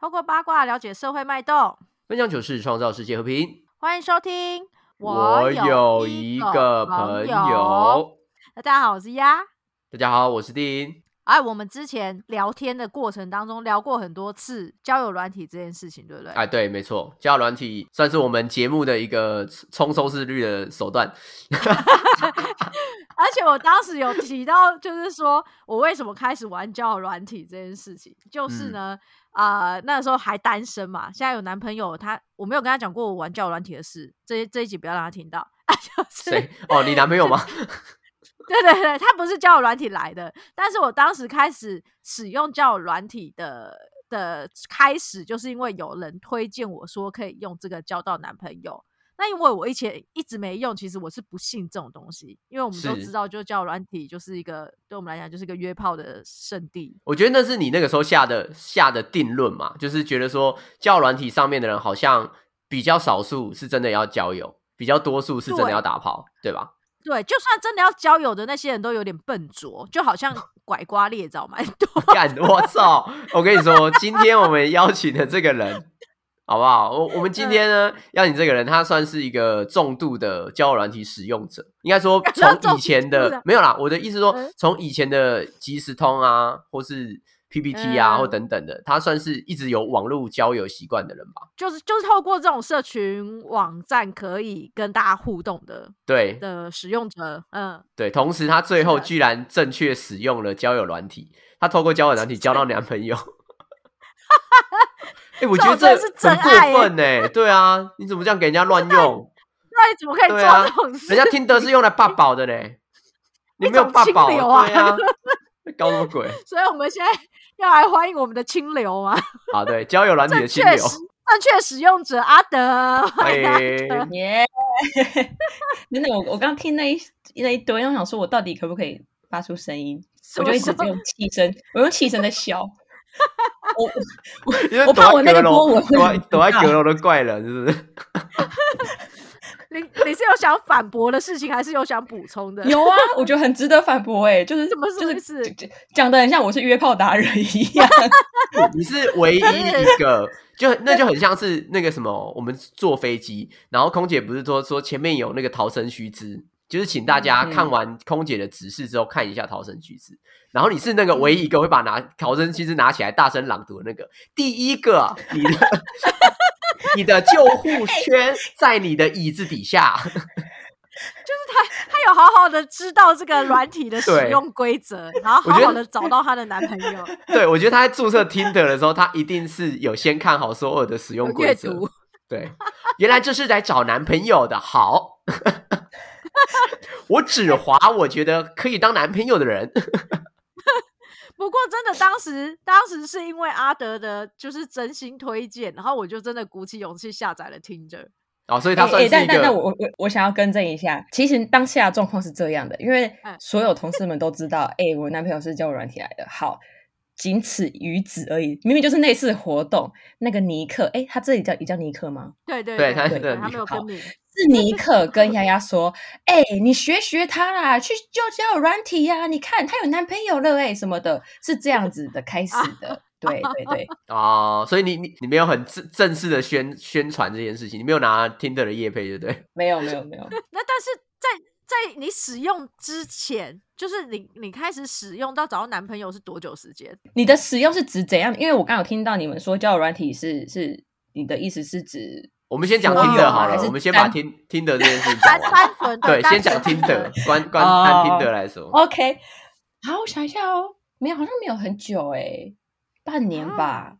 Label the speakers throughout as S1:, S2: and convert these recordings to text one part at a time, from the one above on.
S1: 透过八卦了解社会脉动。
S2: 分享糗事，创造世界和平。
S1: 欢迎收听，
S2: 有
S1: 一
S2: 个
S1: 朋
S2: 朋。友，
S1: 大家好，我是鸭。
S2: 大家好，我是丁。
S1: 哎，我们之前聊天的过程当中聊过很多次交友软体这件事情，对不对？
S2: 哎，对，没错，交友软体算是我们节目的一个冲收视率的手段。
S1: 而且我当时有提到，就是说我为什么开始玩交友软体这件事情，
S2: 嗯
S1: 就是呢，啊、那时候还单身嘛，现在有男朋友他，我没有跟他讲过我玩交友软体的事，这一这一集不要让他听到。 就是
S2: 谁？哦，你男朋友吗？
S1: 对对对，他不是交友软体来的，但是我当时开始使用交友软体的的开始，就是因为有人推荐我说可以用这个交到男朋友。那因为我以前一直没用，其实我是不信这种东西，因为我们都
S2: 是
S1: 知道，就交友软体就是一个对我们来讲就是一个约炮的圣地。
S2: 我觉得那是你那个时候下的下的定论嘛，就是觉得说交友软体上面的人好像比较少数是真的要交友，比较多数是真的
S1: 对
S2: 要打炮，对吧？
S1: 对，就算真的要交友的那些人都有点笨拙，就好像拐瓜裂枣蛮多。
S2: 干，我操！我跟你说，今天我们邀请的这个人，好不好？我我们今天呢，
S1: 嗯
S2: 邀请这个人，他算是一个重度的交友软体使用者，应该 说
S1: 要重
S2: 从以前
S1: 度的
S2: 的没有啦，我的意思说
S1: 嗯，
S2: 从以前的即时通啊，或是 PPT 啊，
S1: 嗯
S2: 或等等的，他算是一直有网络交友习惯的人吧？
S1: 就是就是透过这种社群网站可以跟大家互动的
S2: 对
S1: 的使用者，嗯，
S2: 对，同时他最后
S1: 是的
S2: 居然正确使用了交友软体，他透过交友软体交到男朋友。哎、我觉得
S1: 这种真的是
S2: 这
S1: 真
S2: 很过
S1: 爱欸
S2: 分呢、对啊，你怎么这样给人家乱用？
S1: 那你怎么可以做
S2: 对啊
S1: 这种事？
S2: 人家听得是用来爸宝的呢，你没有爸宝，
S1: 一种清流啊
S2: 对啊， 搞什么鬼？
S1: 所以我们现在 要来欢迎我们的清流嘛，
S2: 啊，对，交友软体
S1: 正
S2: 的清
S1: 确
S2: 流
S1: 使，正确使用者阿德，欢迎阿
S2: 哎
S3: 耶！ 真的，我我刚听那一那一堆，我想说我到底可不可以发出声音？
S1: 什
S3: 我就
S1: 么
S3: 一
S1: 时
S3: 直
S1: 候
S3: 用气声，我用气声在笑。我
S2: 因为
S3: 我怕我
S2: 躲
S3: 那
S2: 在
S3: 个
S2: 阁
S3: 波
S2: 楼，
S3: 纹会
S2: 躲在躲在
S3: 很大
S2: 阁楼的怪人，是不是？
S1: 你你是有想反驳的事情，还是有想补充的？
S3: 有啊，我觉得很值得反驳哎、就是
S1: 怎么什
S3: 就
S1: 么
S3: 是
S1: 意思
S3: 就就讲的很像我是约炮达人一 样。
S2: 你是唯一一个，就那就很像是那个什么，我们坐飞机，然后空姐不是说说前面有那个逃生须知，就是请大家
S3: 嗯
S2: 看完空姐的指示之后看一下逃生须知，然后你是那个唯一一
S3: 嗯
S2: 个会把拿逃生须知拿起来大声朗读的那个，第一个啊你的 你的救 护
S3: 哎
S2: 圈在你的椅子底下，
S1: 他有好好的知道这个软体 的使
S2: 对
S1: 用规则，然后
S2: 我
S1: 好
S2: 觉
S1: 好
S2: 得
S1: 的找到她的男朋友，
S2: 对我觉得他在注册 Tinder 的时候，他一定是有先看好所有的使用
S1: 有
S2: 规
S1: 阅
S2: 则，
S1: 读，
S2: 对，原来这是来找男朋友的。好， 我只划我觉得可以当男朋友的人。
S1: 不过真的，当时当时是因为阿德的就是真心推荐，然后我就真的鼓起勇气下载了 Tinder。
S2: 哦，所以
S3: 哎
S2: 他算
S3: 哎
S2: 是一
S3: 但但但我
S2: 个
S3: 我我我想要更正一下，其实当下的状况是这样的，因为
S1: 嗯
S3: 所有同事们都知道，哎、我男朋友是交友软体来的，好，仅此于此而已。明明就是那次活动，那个尼克，哎、他这里叫也叫尼克吗？
S1: 对对
S2: 对
S1: 对，
S2: 他
S1: 对
S2: 对
S1: 他
S2: 你
S1: 没有
S3: 好
S1: 更名，
S3: 是尼克跟丫丫说：“哎、你学学他啦，去就交友软体呀、你看他有男朋友了哎、什么的，是这样子的开始的。对对对，
S2: 哦，所以你你你没有很正正式的宣宣传这件事情，你没有拿 Tinder 的叶配，对不对？
S3: 没有没有没有，
S1: 那但是在在你使用之前，就是你你开始使用到找到男朋友是多久时间？
S3: 你的使用是指怎样？因为我刚有听到你们说交友软体是是你的意思是指
S2: 我们先讲
S3: 所有
S2: Tinder
S3: 吗
S2: 好
S3: 还
S2: 了，
S3: 是
S2: 我们先把
S3: 单
S2: Tin Tinder 这件事情
S1: 单
S2: 讲完。
S1: 单纯
S2: 哦对，先讲
S1: Tinder，
S2: Tinder，关关单
S3: 哦
S2: Tinder 来说，
S3: OK？好，我想一下哦，没有，好像没有很久哎、半年吧。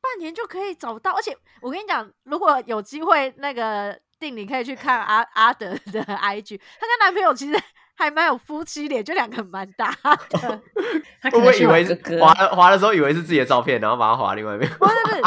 S1: 半年就可以找到。而且我跟你讲，如果有机会，那个定你可以去看阿阿德的 IG，她跟男朋友其实还蛮有夫妻脸，就两个蛮搭的。
S3: 他
S2: 会
S3: 可
S2: 不
S3: 能
S2: 会
S3: 是
S2: 以
S3: 我
S2: 为
S3: 哥
S2: 是
S3: 哥
S2: 滑了滑的时候以为是自己的照片，然后把它滑另外一边？
S1: 不是不是，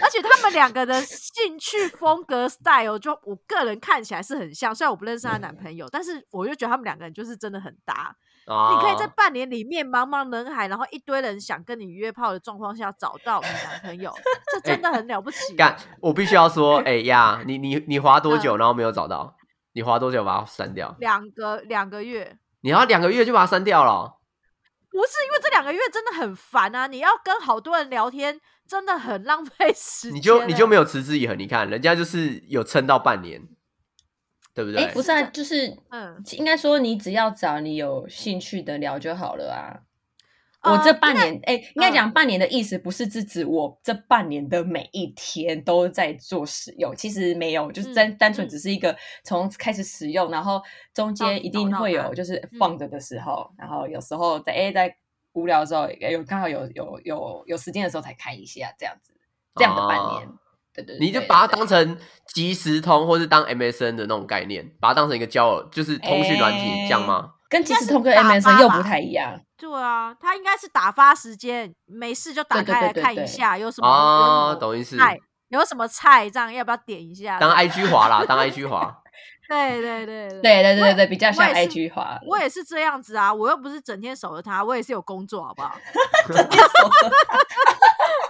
S1: 而且他们两个的兴趣风格 style，就我个人看起来是很像。虽然我不认识她男朋友，但是我就觉得他们两个人就是真的很搭。
S2: 啊，
S1: 你可以在半年里面茫茫人海，然后一堆人想跟你约炮的状况下找到你男朋友，这真的很了 不起。
S2: 干，我必须 要说，哎、呀，你你你滑
S1: 嗯
S2: 多久，然后没有找到？你滑多久把它删掉？
S1: 两个两个月，
S2: 你要两个月就把它删掉了哦、
S1: 不是因为这两个月真的很烦啊，你要跟好多人聊天，真的很浪费 时间欸。
S2: 你就你就没有持之以恒，你看人家就是有撑到半年，对不对？
S3: 哎，不是啊，就是
S1: 嗯，
S3: 应该说你只要找你有兴趣的聊就好了啊。
S1: 呃
S3: 我这半年，哎、应该
S1: 嗯
S3: 讲半年的意思，不是是指我这半年的每一天都在做使用，其实没有，就是单、
S1: 嗯
S3: 单纯
S1: 嗯
S3: 只是一个从开始使用，然后中
S1: 到
S3: 间一定
S1: 找到嗯
S3: 会
S1: 它
S3: 有就是放着的时候，然后有时候在哎、在无聊的时候，哎有刚好有有有有时间的时候才看一下这样子，这样的半年，
S2: 哦
S3: 对对对，
S2: 你就把它
S3: 对
S2: 当成即时通，或是当 MSN 的那种概念，把它当成一个交友，就是通讯软体，
S3: 哎
S2: 这样吗？
S3: 跟即时通跟
S1: 应该是打发
S3: MSN 又
S1: 吧
S3: 不太一样，
S1: 对啊，他应该是打发时间，没事就打
S3: 对对
S1: 开
S3: 对
S1: 来
S3: 对
S1: 看
S3: 对
S1: 一下有什么
S2: 啊，
S1: 有什么
S2: 懂意思。
S1: 菜，有什么菜这样，要不要点一下？
S2: 当 IG 滑啦，当 IG 滑，
S1: 对对对对
S3: 对对对对对，比较
S1: 我
S3: 像
S1: 也是
S3: IG 化，
S1: 我也是这样子啊，我又不是整天守着他，我也是有工作，好不好？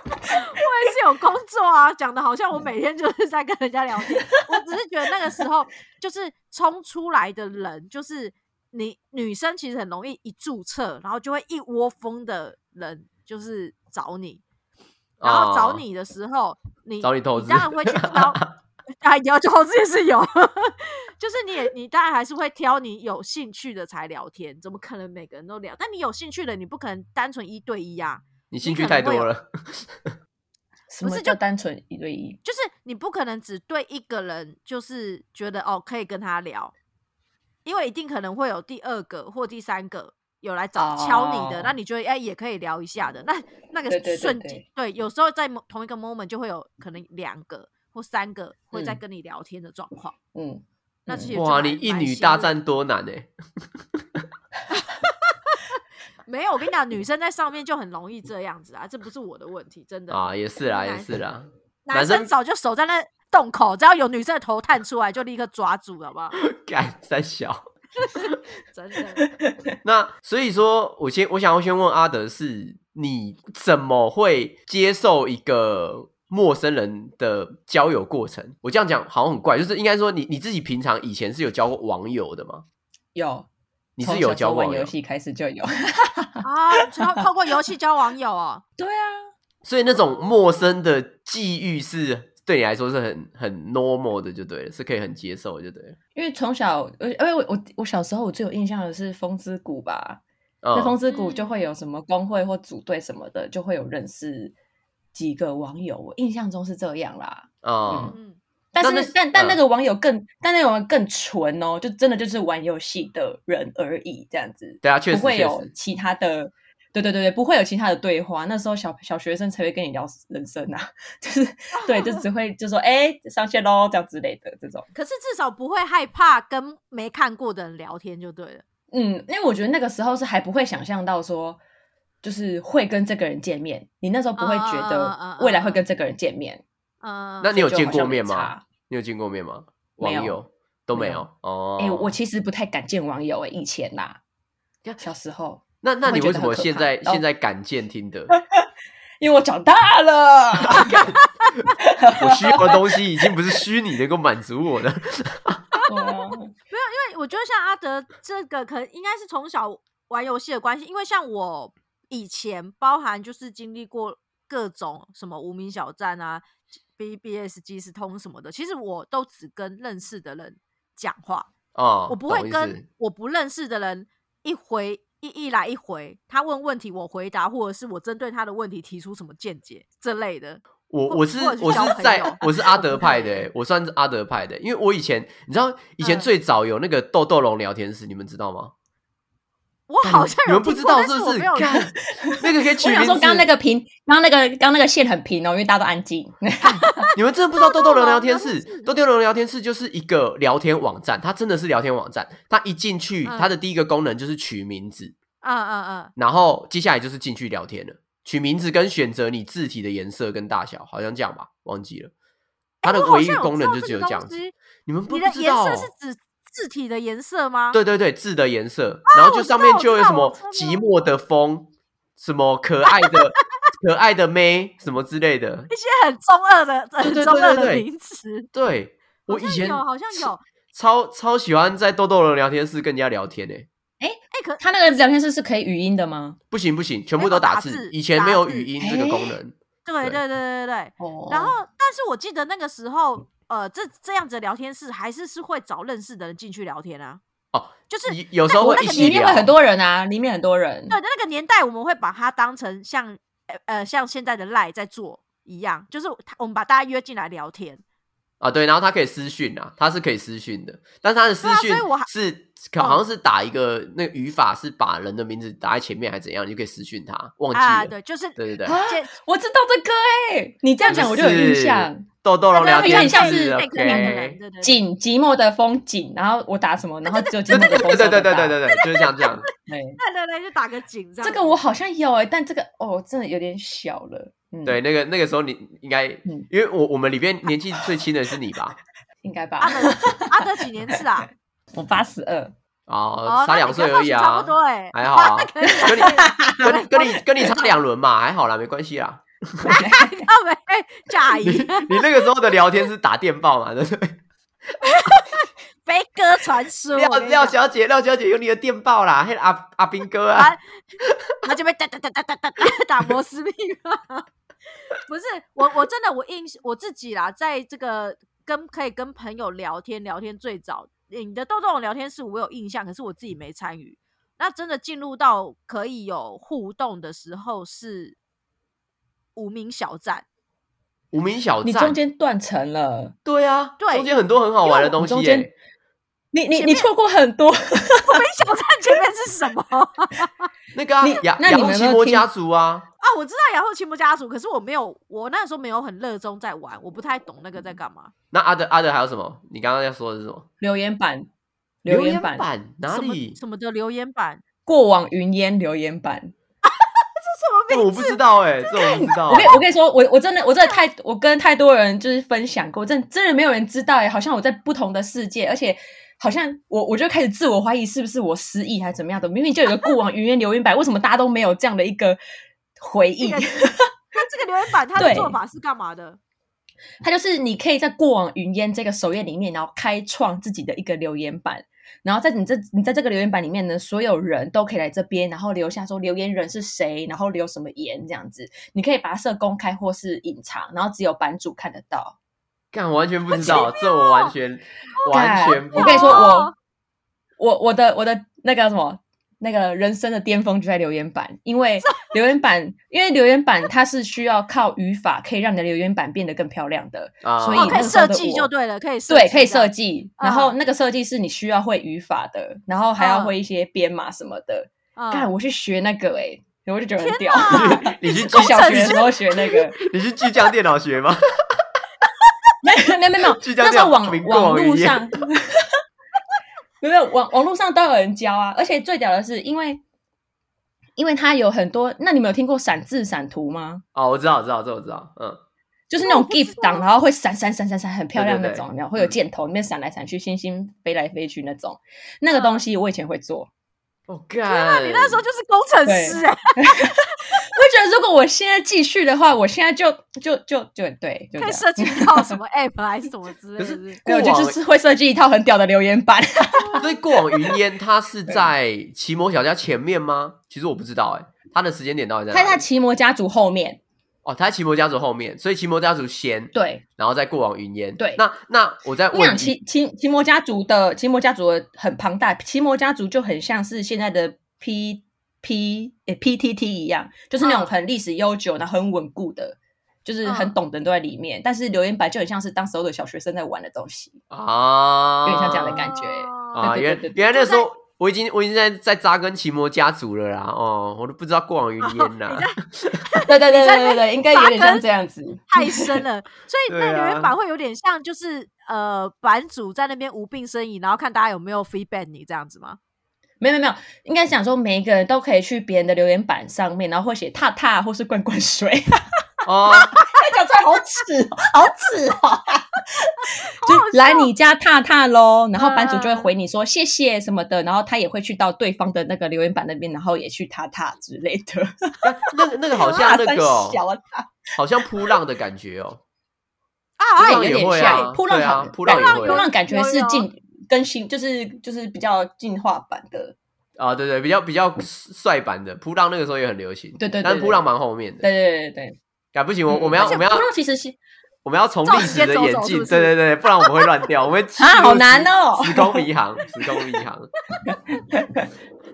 S1: 我也是有工作啊，讲的好像我每天就是在跟人家聊天，我只是觉得那个时候就是冲出来的人，就是你女生其实很容易一注册，然后就会一窝蜂的人就是找你，然后找
S2: 哦
S1: 你的时候，你
S2: 找你投资
S1: 当然会去 挑啊，有投资也是有， 就是你也你当然还是会挑你有兴趣的才聊天，怎么可能每个人都聊？但你有兴趣的，你不可能单纯一对一啊，
S2: 你兴
S1: 你
S2: 趣
S1: 可能
S2: 太
S1: 会有
S2: 多了，
S3: 什么
S1: 是
S3: 叫
S1: 就
S3: 单纯一对一？
S1: 就是你不可能只对一个人，就是觉得哦可以跟他聊，因为一定可能会有第二个或第三个有来找敲你的，
S3: 哦
S1: 那你觉得哎也可以聊一下的，那那个
S3: 对对对
S1: 瞬
S3: 对
S1: 间对，有时候在某同一个 moment 就会有可能两个或三个会在
S3: 嗯
S1: 跟你聊天的状况，
S3: 嗯，
S1: 那
S3: 嗯
S1: 其实就
S2: 哇，
S1: 蛮
S2: 你一
S1: 蛮
S2: 女
S1: 幸
S2: 大
S1: 运的
S2: 战多难呢？欸
S1: 没有，我跟你讲，女生在上面就很容易这样子啊，这不是我的问题，真的。
S2: 啊，也是 啦，
S1: 男
S2: 也是啦，
S1: 男
S2: 男
S1: 生
S2: 生
S1: 早就守在那洞口，只要有女生的头探出来，就立刻抓住，好不好？
S2: 干三小。
S1: 真的，
S2: 那所以说，我先我想要先问阿德是，你怎么会接受一个陌生人的交友过程？我这样讲好像很怪，就是应该说你你自己平常以前是有交过网友的吗？
S3: 有，
S2: 你
S3: 从
S2: 是有
S3: 小时候
S2: 交过
S3: 玩
S2: 网友
S3: 游，戏开始就有。
S1: 啊，透透过游戏交网友哦，
S3: 对啊，
S2: 所以那种陌生的际遇是对你来说是很很 normal 的，就对了，是可以很接受的，就对了。
S3: 因为从小，呃因为我我我小时候我最有印象的是风之谷吧，那风
S2: 嗯，
S3: 之谷就会有什么工会或组队什么的，就会有认识几个网友，我印象中是这样啦。
S2: 嗯，
S1: 嗯，
S3: 但
S2: 那
S3: 是，
S2: 那
S3: 但但那
S2: 嗯
S3: 个网友更，但那个网友更纯哦，就真的就是玩游戏的人而已，这样子。
S2: 对啊，确
S3: 不
S2: 实
S3: 会
S2: 确
S3: 有
S2: 实，
S3: 其他的，对对对对，不会有其他的对话。那时候小小学生才会跟你聊人生啊， 就是对，就只会就说哎、上线喽这样之类的这种。
S1: 可是至少不会害怕跟没看过的人聊天就对了。
S3: 嗯，因为我觉得那个时候是还不会想象到说，就是会跟这个人见面，你那时候不会
S1: 嗯
S3: 觉
S1: 嗯嗯嗯
S3: 得
S1: 嗯
S3: 未来会跟这个人见面。
S1: 嗯，
S2: 那你有
S3: 就
S2: 见
S3: 好
S2: 过
S3: 像没
S2: 面吗
S3: 差？
S2: 你有见过面吗？网
S3: 没有
S2: 友都没
S3: 没有
S2: 有哦。
S3: 哎、我其实不太敢见网友哎、以前啦
S2: 呀，
S3: 小时候，
S2: 那那
S3: 会
S2: 你
S3: 觉
S2: 为
S3: 得
S2: 什
S3: 很
S2: 么
S3: 可
S2: 现
S3: 怕
S2: 在
S3: 然后
S2: 现在敢见听 的？
S3: 因为我长大了。
S2: 我需要的东西已经不是虚拟能够满足 我的。
S3: 对啊
S1: 因为我觉得像阿德这个，可能应该是从小玩游戏的关系，因为像我以前包含就是经历过各种什么无名小站啊、BBS 即时通什么的，其实我都只跟认识的人讲话，
S2: 哦，
S1: 我不会
S2: 懂意思
S1: 跟我不认识的人一回一一来一回，他问问题我回答，或者是我针对他的问题提出什么见解这类的。
S2: 我
S1: 或
S2: 我是
S1: 或者是
S2: 我是
S1: 交朋友
S2: 在我是阿德派 的、
S1: 我不
S2: 欸，我算是阿德派的、因为我以前你知道以前
S1: 嗯
S2: 最早有那个豆豆龙聊天室，你们知道吗？
S1: 我好像
S2: 哦你
S1: 有
S2: 们不
S1: 听
S2: 知
S1: 过，
S2: 道
S1: 但
S2: 是
S1: 是
S2: 不
S1: 我
S2: 是
S1: 没有？
S2: 干 那个可以取
S3: 我
S2: 名
S3: 想
S2: 字。
S3: 说，刚刚那个平，刚刚那个，刚刚那个线很平哦，因为大家都安静。
S2: 你们真的不知道豆豆龙聊天
S1: 豆豆
S2: 室
S1: 龙聊天室？
S2: 豆豆龙聊天室就是一个聊天网站，它真的是聊天网站。它一进去，
S1: 嗯
S2: 它的第一个功能就是取名字。
S1: 嗯嗯嗯，
S2: 然后接下来就是进去聊天了，取名字跟选择你字体的颜色跟大小，好像这样吧，忘记了。它的
S1: 哎我好
S2: 唯一
S1: 像有
S2: 功
S1: 知
S2: 能
S1: 道
S2: 就
S1: 这
S2: 只
S1: 个
S2: 有这
S1: 东
S2: 样子，
S1: 西
S2: 你们不
S1: 你
S2: 不
S1: 的
S2: 知
S1: 颜
S2: 道、
S1: 色
S2: 哦
S1: 是？指字体的颜色吗？
S2: 对对对，字的颜色，然后就
S1: 哦我知
S2: 上面
S1: 道我
S2: 就
S1: 知
S2: 有什
S1: 道我
S2: 么
S1: 知道
S2: 寂 寞的风，什么可爱的可爱的妹，什么之类的。
S1: 一些很中二的、很
S2: 对
S1: 中
S2: 对
S1: 二
S2: 对
S1: 的
S2: 对
S1: 名词。
S2: 对
S1: 好
S2: 我以
S1: 像
S2: 前
S1: 有，好像有，
S2: 超超喜欢在豆豆的聊天室跟人家聊天诶、欸
S3: 哎，
S1: 可
S3: 他那个聊天室是可以语音的吗？
S2: 不行不行，全
S1: 没
S2: 部
S1: 有
S2: 都打
S1: 打
S2: 字，
S1: 字
S2: 以前
S1: 打
S2: 没有
S1: 字
S2: 语音这个功能。
S1: 对对
S2: 对
S1: 对对对。
S3: 哦
S1: 然后，但是我记得那个时候，呃，这这样子的聊天室还是是会找认识的人进去聊天啊。
S2: 哦，
S1: 就是
S2: 有有时候
S1: 我
S2: 会
S1: 那
S2: 一
S1: 个
S2: 起
S3: 里面
S2: 聊
S3: 会，很多人啊，里面很多人。
S1: 对，那个年代我们会把它当成像呃呃像现在的赖在做一样，就是他我们把大家约进来聊天。
S2: 啊，对，然后他可以私讯啊，他是可以私讯的，但是他的私
S1: 对啊所
S2: 讯
S1: 以我还嗯
S2: 是、可好像是打一个那个语法是把人的名字打在前面还是怎样，你就可以私讯他，忘记了。
S1: 啊，对，就是
S2: 对对对
S3: 啊
S1: 见
S3: 我知道这歌哎、你这样讲我就有印象。。
S2: 豆豆龙
S1: 对
S2: 聊
S1: 对
S2: 天
S1: 很像
S2: 室
S3: 是
S1: 被坑的人，
S2: ，OK。
S1: 对对对，
S3: 景寂寞的风景，然后我打什么，然后只有寂
S2: 对
S3: 寞
S2: 对对
S3: 的风
S2: 对
S3: 找
S2: 对
S3: 得
S2: 对
S3: 到
S2: 对对对，就是像这样。
S3: 对
S1: 对对对，就打个景这样。
S3: 这个我好像有哎、但这个哦，真的有点小了。嗯，
S2: 对，，那个那个时候你应该，
S1: 嗯
S2: 因为我我们里边年纪最轻的是你吧？
S3: 应该吧。
S1: 阿德阿德几年次 啊？
S3: 我八十二，
S2: 哦
S1: 哦，，
S2: 差
S1: 那
S2: 两
S1: 你
S2: 岁
S1: 跟
S2: 而已
S1: 浩
S2: 啊，
S1: 翔差不多哎，
S2: 还好 啊
S1: 可以啊
S2: 跟你
S1: 可以啊
S2: 跟你跟你跟你差两轮嘛，还好啦，没关系啦。
S1: 靠北假
S2: 你
S1: 意
S2: 你那个时候的聊天是打电报嘛，对不对？
S1: 飞鸽传书，
S2: 廖
S1: 我跟你
S2: 廖
S1: 讲
S2: 小姐，廖小姐有你的电报啦，嘿阿阿兵哥啊
S1: 啊，他就被哒哒哒哒哒哒哒打摩斯密码。 不是我，我真的我印我自己啦，在这个跟可以跟朋友聊天聊天最早，你的豆豆聊天室我有印象，可是我自己没参与。那真的进入到可以有互动的时候是无名小站，
S2: 无名小
S3: 你
S2: 站
S3: 中，间断层了，
S2: 对啊，
S1: 对
S2: 中间很多很好玩的东
S3: 你
S2: 西
S3: 中间
S2: 耶。
S3: 你你
S1: 前
S3: 你
S1: 面
S3: 错过很多。
S1: 无名小站前面是什么 啊？
S2: 那个啊
S3: 你，
S2: 雅
S3: 那
S2: 雅
S3: 你
S2: 虎
S3: 们有
S2: 奇
S3: 没有
S2: 摩
S3: 听
S2: 家族啊，
S1: 我知道然后奇摩家族，可是我没有，我那时候没有很热衷在玩，我不太懂那个在干嘛。
S2: 那阿德阿德还有什么？你刚刚要说的是什么？
S3: 留言板，
S2: 留
S3: 言
S2: 板
S3: 板，
S2: 哪
S1: 什么
S2: 里？
S1: 什么的留言板，
S3: 过往云烟留言板。
S1: 这什
S2: 这
S1: 么
S2: 我
S1: 名
S2: 不
S1: 字？
S2: 知道哎，这我不知道
S3: 我。跟我跟你说，我我真的我真的太我跟太多人就是分享过，真真的没有人知道哎、好像我在不同的世界，而且好像我我就开始自我怀疑是不是我失忆还是怎么样的，明明就有个过往云烟留言板，为什么大家都没有这样的一个回忆
S1: 这？ 个那这个留言板它的
S3: 对
S1: 做法是干嘛的？
S3: 它就是你可以在过往云烟这个首页里面，然后开创自己的一个留言板，然后在你这你在这个留言板里面呢，所有人都可以来这边，然后留下说留言人是谁，然后留什么言这样子，你可以把它设公开或是隐藏，然后只有版主看得到。
S2: 干，我完全不知道，这我完全完全不
S3: 哦我跟你说，
S1: 哦
S3: 我我我的我的那个什么。那个人生的巅峰就在留言板，因为留言板，因为留言板它是需要靠语法可以让你的留言板变得更漂亮的，
S2: 啊
S3: 所以
S1: 哦，可以
S3: 那时
S1: 设
S3: 候的
S1: 计
S3: 我
S1: 就对了，可以设
S3: 对，
S1: 计
S3: 可以
S1: 这样嗯
S3: 设计，然后那个设计是你需要会语法的，然后还要会一些编码什么的。
S1: 嗯
S3: 干、我去学那个哎、我就觉得很屌。
S2: 你去
S3: 我
S2: 巨
S3: 小
S1: 程
S3: 学的时候学那个，
S2: 你去巨匠电脑学吗？
S3: 没有没有没有，
S2: 巨匠
S3: 那时候
S2: 电脑
S3: 网
S2: 名过
S3: 网
S2: 往云
S3: 络
S2: 烟
S3: 上， 没有网网络上都有人教啊，而且最屌的是，因为因为它有很多，那你们有听过闪字闪图吗？
S2: 哦，我知道，我知道，这我知道，嗯，
S3: 就是
S1: 那
S3: 那
S1: 我
S3: 种
S1: 不知
S3: GIF 档，然后会闪闪闪闪闪，很漂亮
S2: 对
S3: 那
S2: 对
S3: 种，
S2: 对
S3: 然后会有
S2: 嗯
S3: 箭头，里面闪来闪去，星星飞来飞去那种。那个
S2: 嗯
S3: 东西我以前会做，
S2: 哦，
S1: 天哪
S3: 啊
S2: 干，
S1: 你那时候就是工程
S3: 对啊
S1: 师哎，
S3: 我觉得如果我现在继续的话，我现在就就就就对，就
S1: 可
S3: 这
S1: 以
S3: 样。
S1: 设计一套什么 app 还是什么之类的
S2: 可是
S1: 是不是。
S3: 对我就
S2: 过往
S3: 就是会设计一套很屌的留言板，
S2: 所以过往云烟它是在奇摩小家前面吗？其实我不知道哎、它的时间点到底在
S3: 它
S2: 哪
S3: 在
S2: 里？
S3: 奇摩家族后面。
S2: 哦，它在奇摩家族后面，所以奇摩家族先，
S3: 对，
S2: 然后再过往云烟。
S3: 对
S2: 那那我再
S3: 我想
S2: 问
S3: 奇
S2: 一，
S3: 奇奇摩家族的奇摩家族的很庞大，奇摩家族就很像是现在的 P P 诶 PTT 一样，就是那种
S1: 嗯
S3: 很历史悠久，然后很稳固的，就是很
S1: 嗯
S3: 懂的人都在里面。但是留言板就很像是当时候的小学生在玩的东 西。
S2: 啊，
S3: 有点像这样的感觉欸
S1: 哦
S2: 啊，
S3: 对对
S2: 原
S3: 对对
S2: 原来那
S1: 就
S2: 时候我已经我已经在在扎根奇摩家族了啦，哦，我都不知道过往云烟 啦。
S3: 对对对
S1: 你在
S3: 对
S1: 那
S3: 对 对，应该
S1: 扎
S3: 有点像
S1: 根
S3: 这样子。
S1: 太深了，所 以那
S2: 对
S1: 个留
S2: 啊
S1: 言板会有点像就是呃版主在那边无病呻吟，然后看大家有没有 feedback 你这样子吗？
S3: 没有没有没有，应该想说每一个人都可以去别人的留言板上面，然后会写踏踏或是罐罐水。
S2: 哦，
S3: 讲出来好耻哦，好耻哦！就来
S1: 啊
S3: 你家踏踏喽，然后版主就会回你说谢谢什么的，然后他也会去到对方的那个留言板那边，然后也去踏踏之类的。
S2: 那个那个好 像那个、哦
S3: 大三、小啊，
S2: 好像扑浪的感觉哦，
S1: 啊，
S2: 对
S1: 哎
S2: 啊
S3: 有点
S2: 也会啊
S3: 像扑浪
S2: 对啊
S3: 好，
S2: 扑浪也会
S3: 扑浪感觉
S1: 有
S3: 是
S1: 有
S3: 进更新，就是就是比较进化版的。
S2: 啊，对对，比较比较帅版的扑浪，那个时候也很流行。
S3: 对对对
S2: 但
S3: 对
S2: 扑浪蛮后面的。
S3: 对对对对，
S2: 啊，不行，我我们要
S3: 而
S2: 我
S3: 且
S2: 们要
S3: 波浪其实是
S2: 我们要从
S1: 照
S2: 历
S1: 时
S2: 史
S1: 间
S2: 的
S1: 轴
S2: 演
S1: 走
S2: 进，
S1: 是不
S2: 对对对，不然我们会乱掉。我们
S3: 啊，好难哦，
S2: 时空迷航，时空迷 航。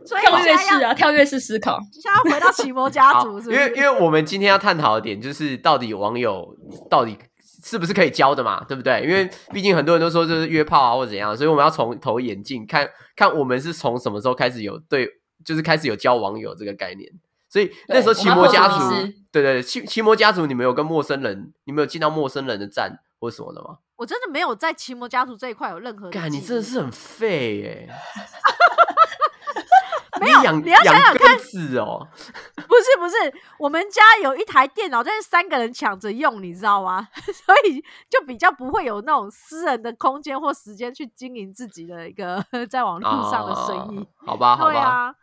S1: 所以
S3: 跳
S1: 我
S3: 跃
S1: 现在要
S3: 式啊，跳跃式思考。
S1: 现在要回到奇摩家
S3: 啊
S2: 好
S1: 族，，是不
S2: 因
S1: 是
S2: 为因为我们今天要探讨的点就是到底网友到底是不是可以教的嘛，对不对？因为毕竟很多人都说就是约炮啊或者怎样，所以我们要从头演进，看看我们是从什么时候开始有对，就是开始有教网友这个概念。所以那时候
S3: 对
S2: 奇摩家
S3: 我
S2: 族
S3: 们要破除迷思，
S2: 对对对，奇奇摩家族，你们有跟陌生人，你们有进到陌生人的站或什么的吗？
S1: 我真的没有在奇摩家族这一块有任何的
S2: 干，你
S1: 记
S2: 真的
S1: 忆
S2: 是很废耶、
S1: 没有
S2: 养
S1: 你要想
S2: 养
S1: 想
S2: 鸽 子哦，
S1: 不是不是，我们家有一台电脑，但是三个人抢着用，你知道吗？ 所以就比较不会有那种私人的空间或时间去经营自己的一个 在网络上的生意。
S2: 啊好吧，好
S1: 对
S2: 吧。
S1: 啊，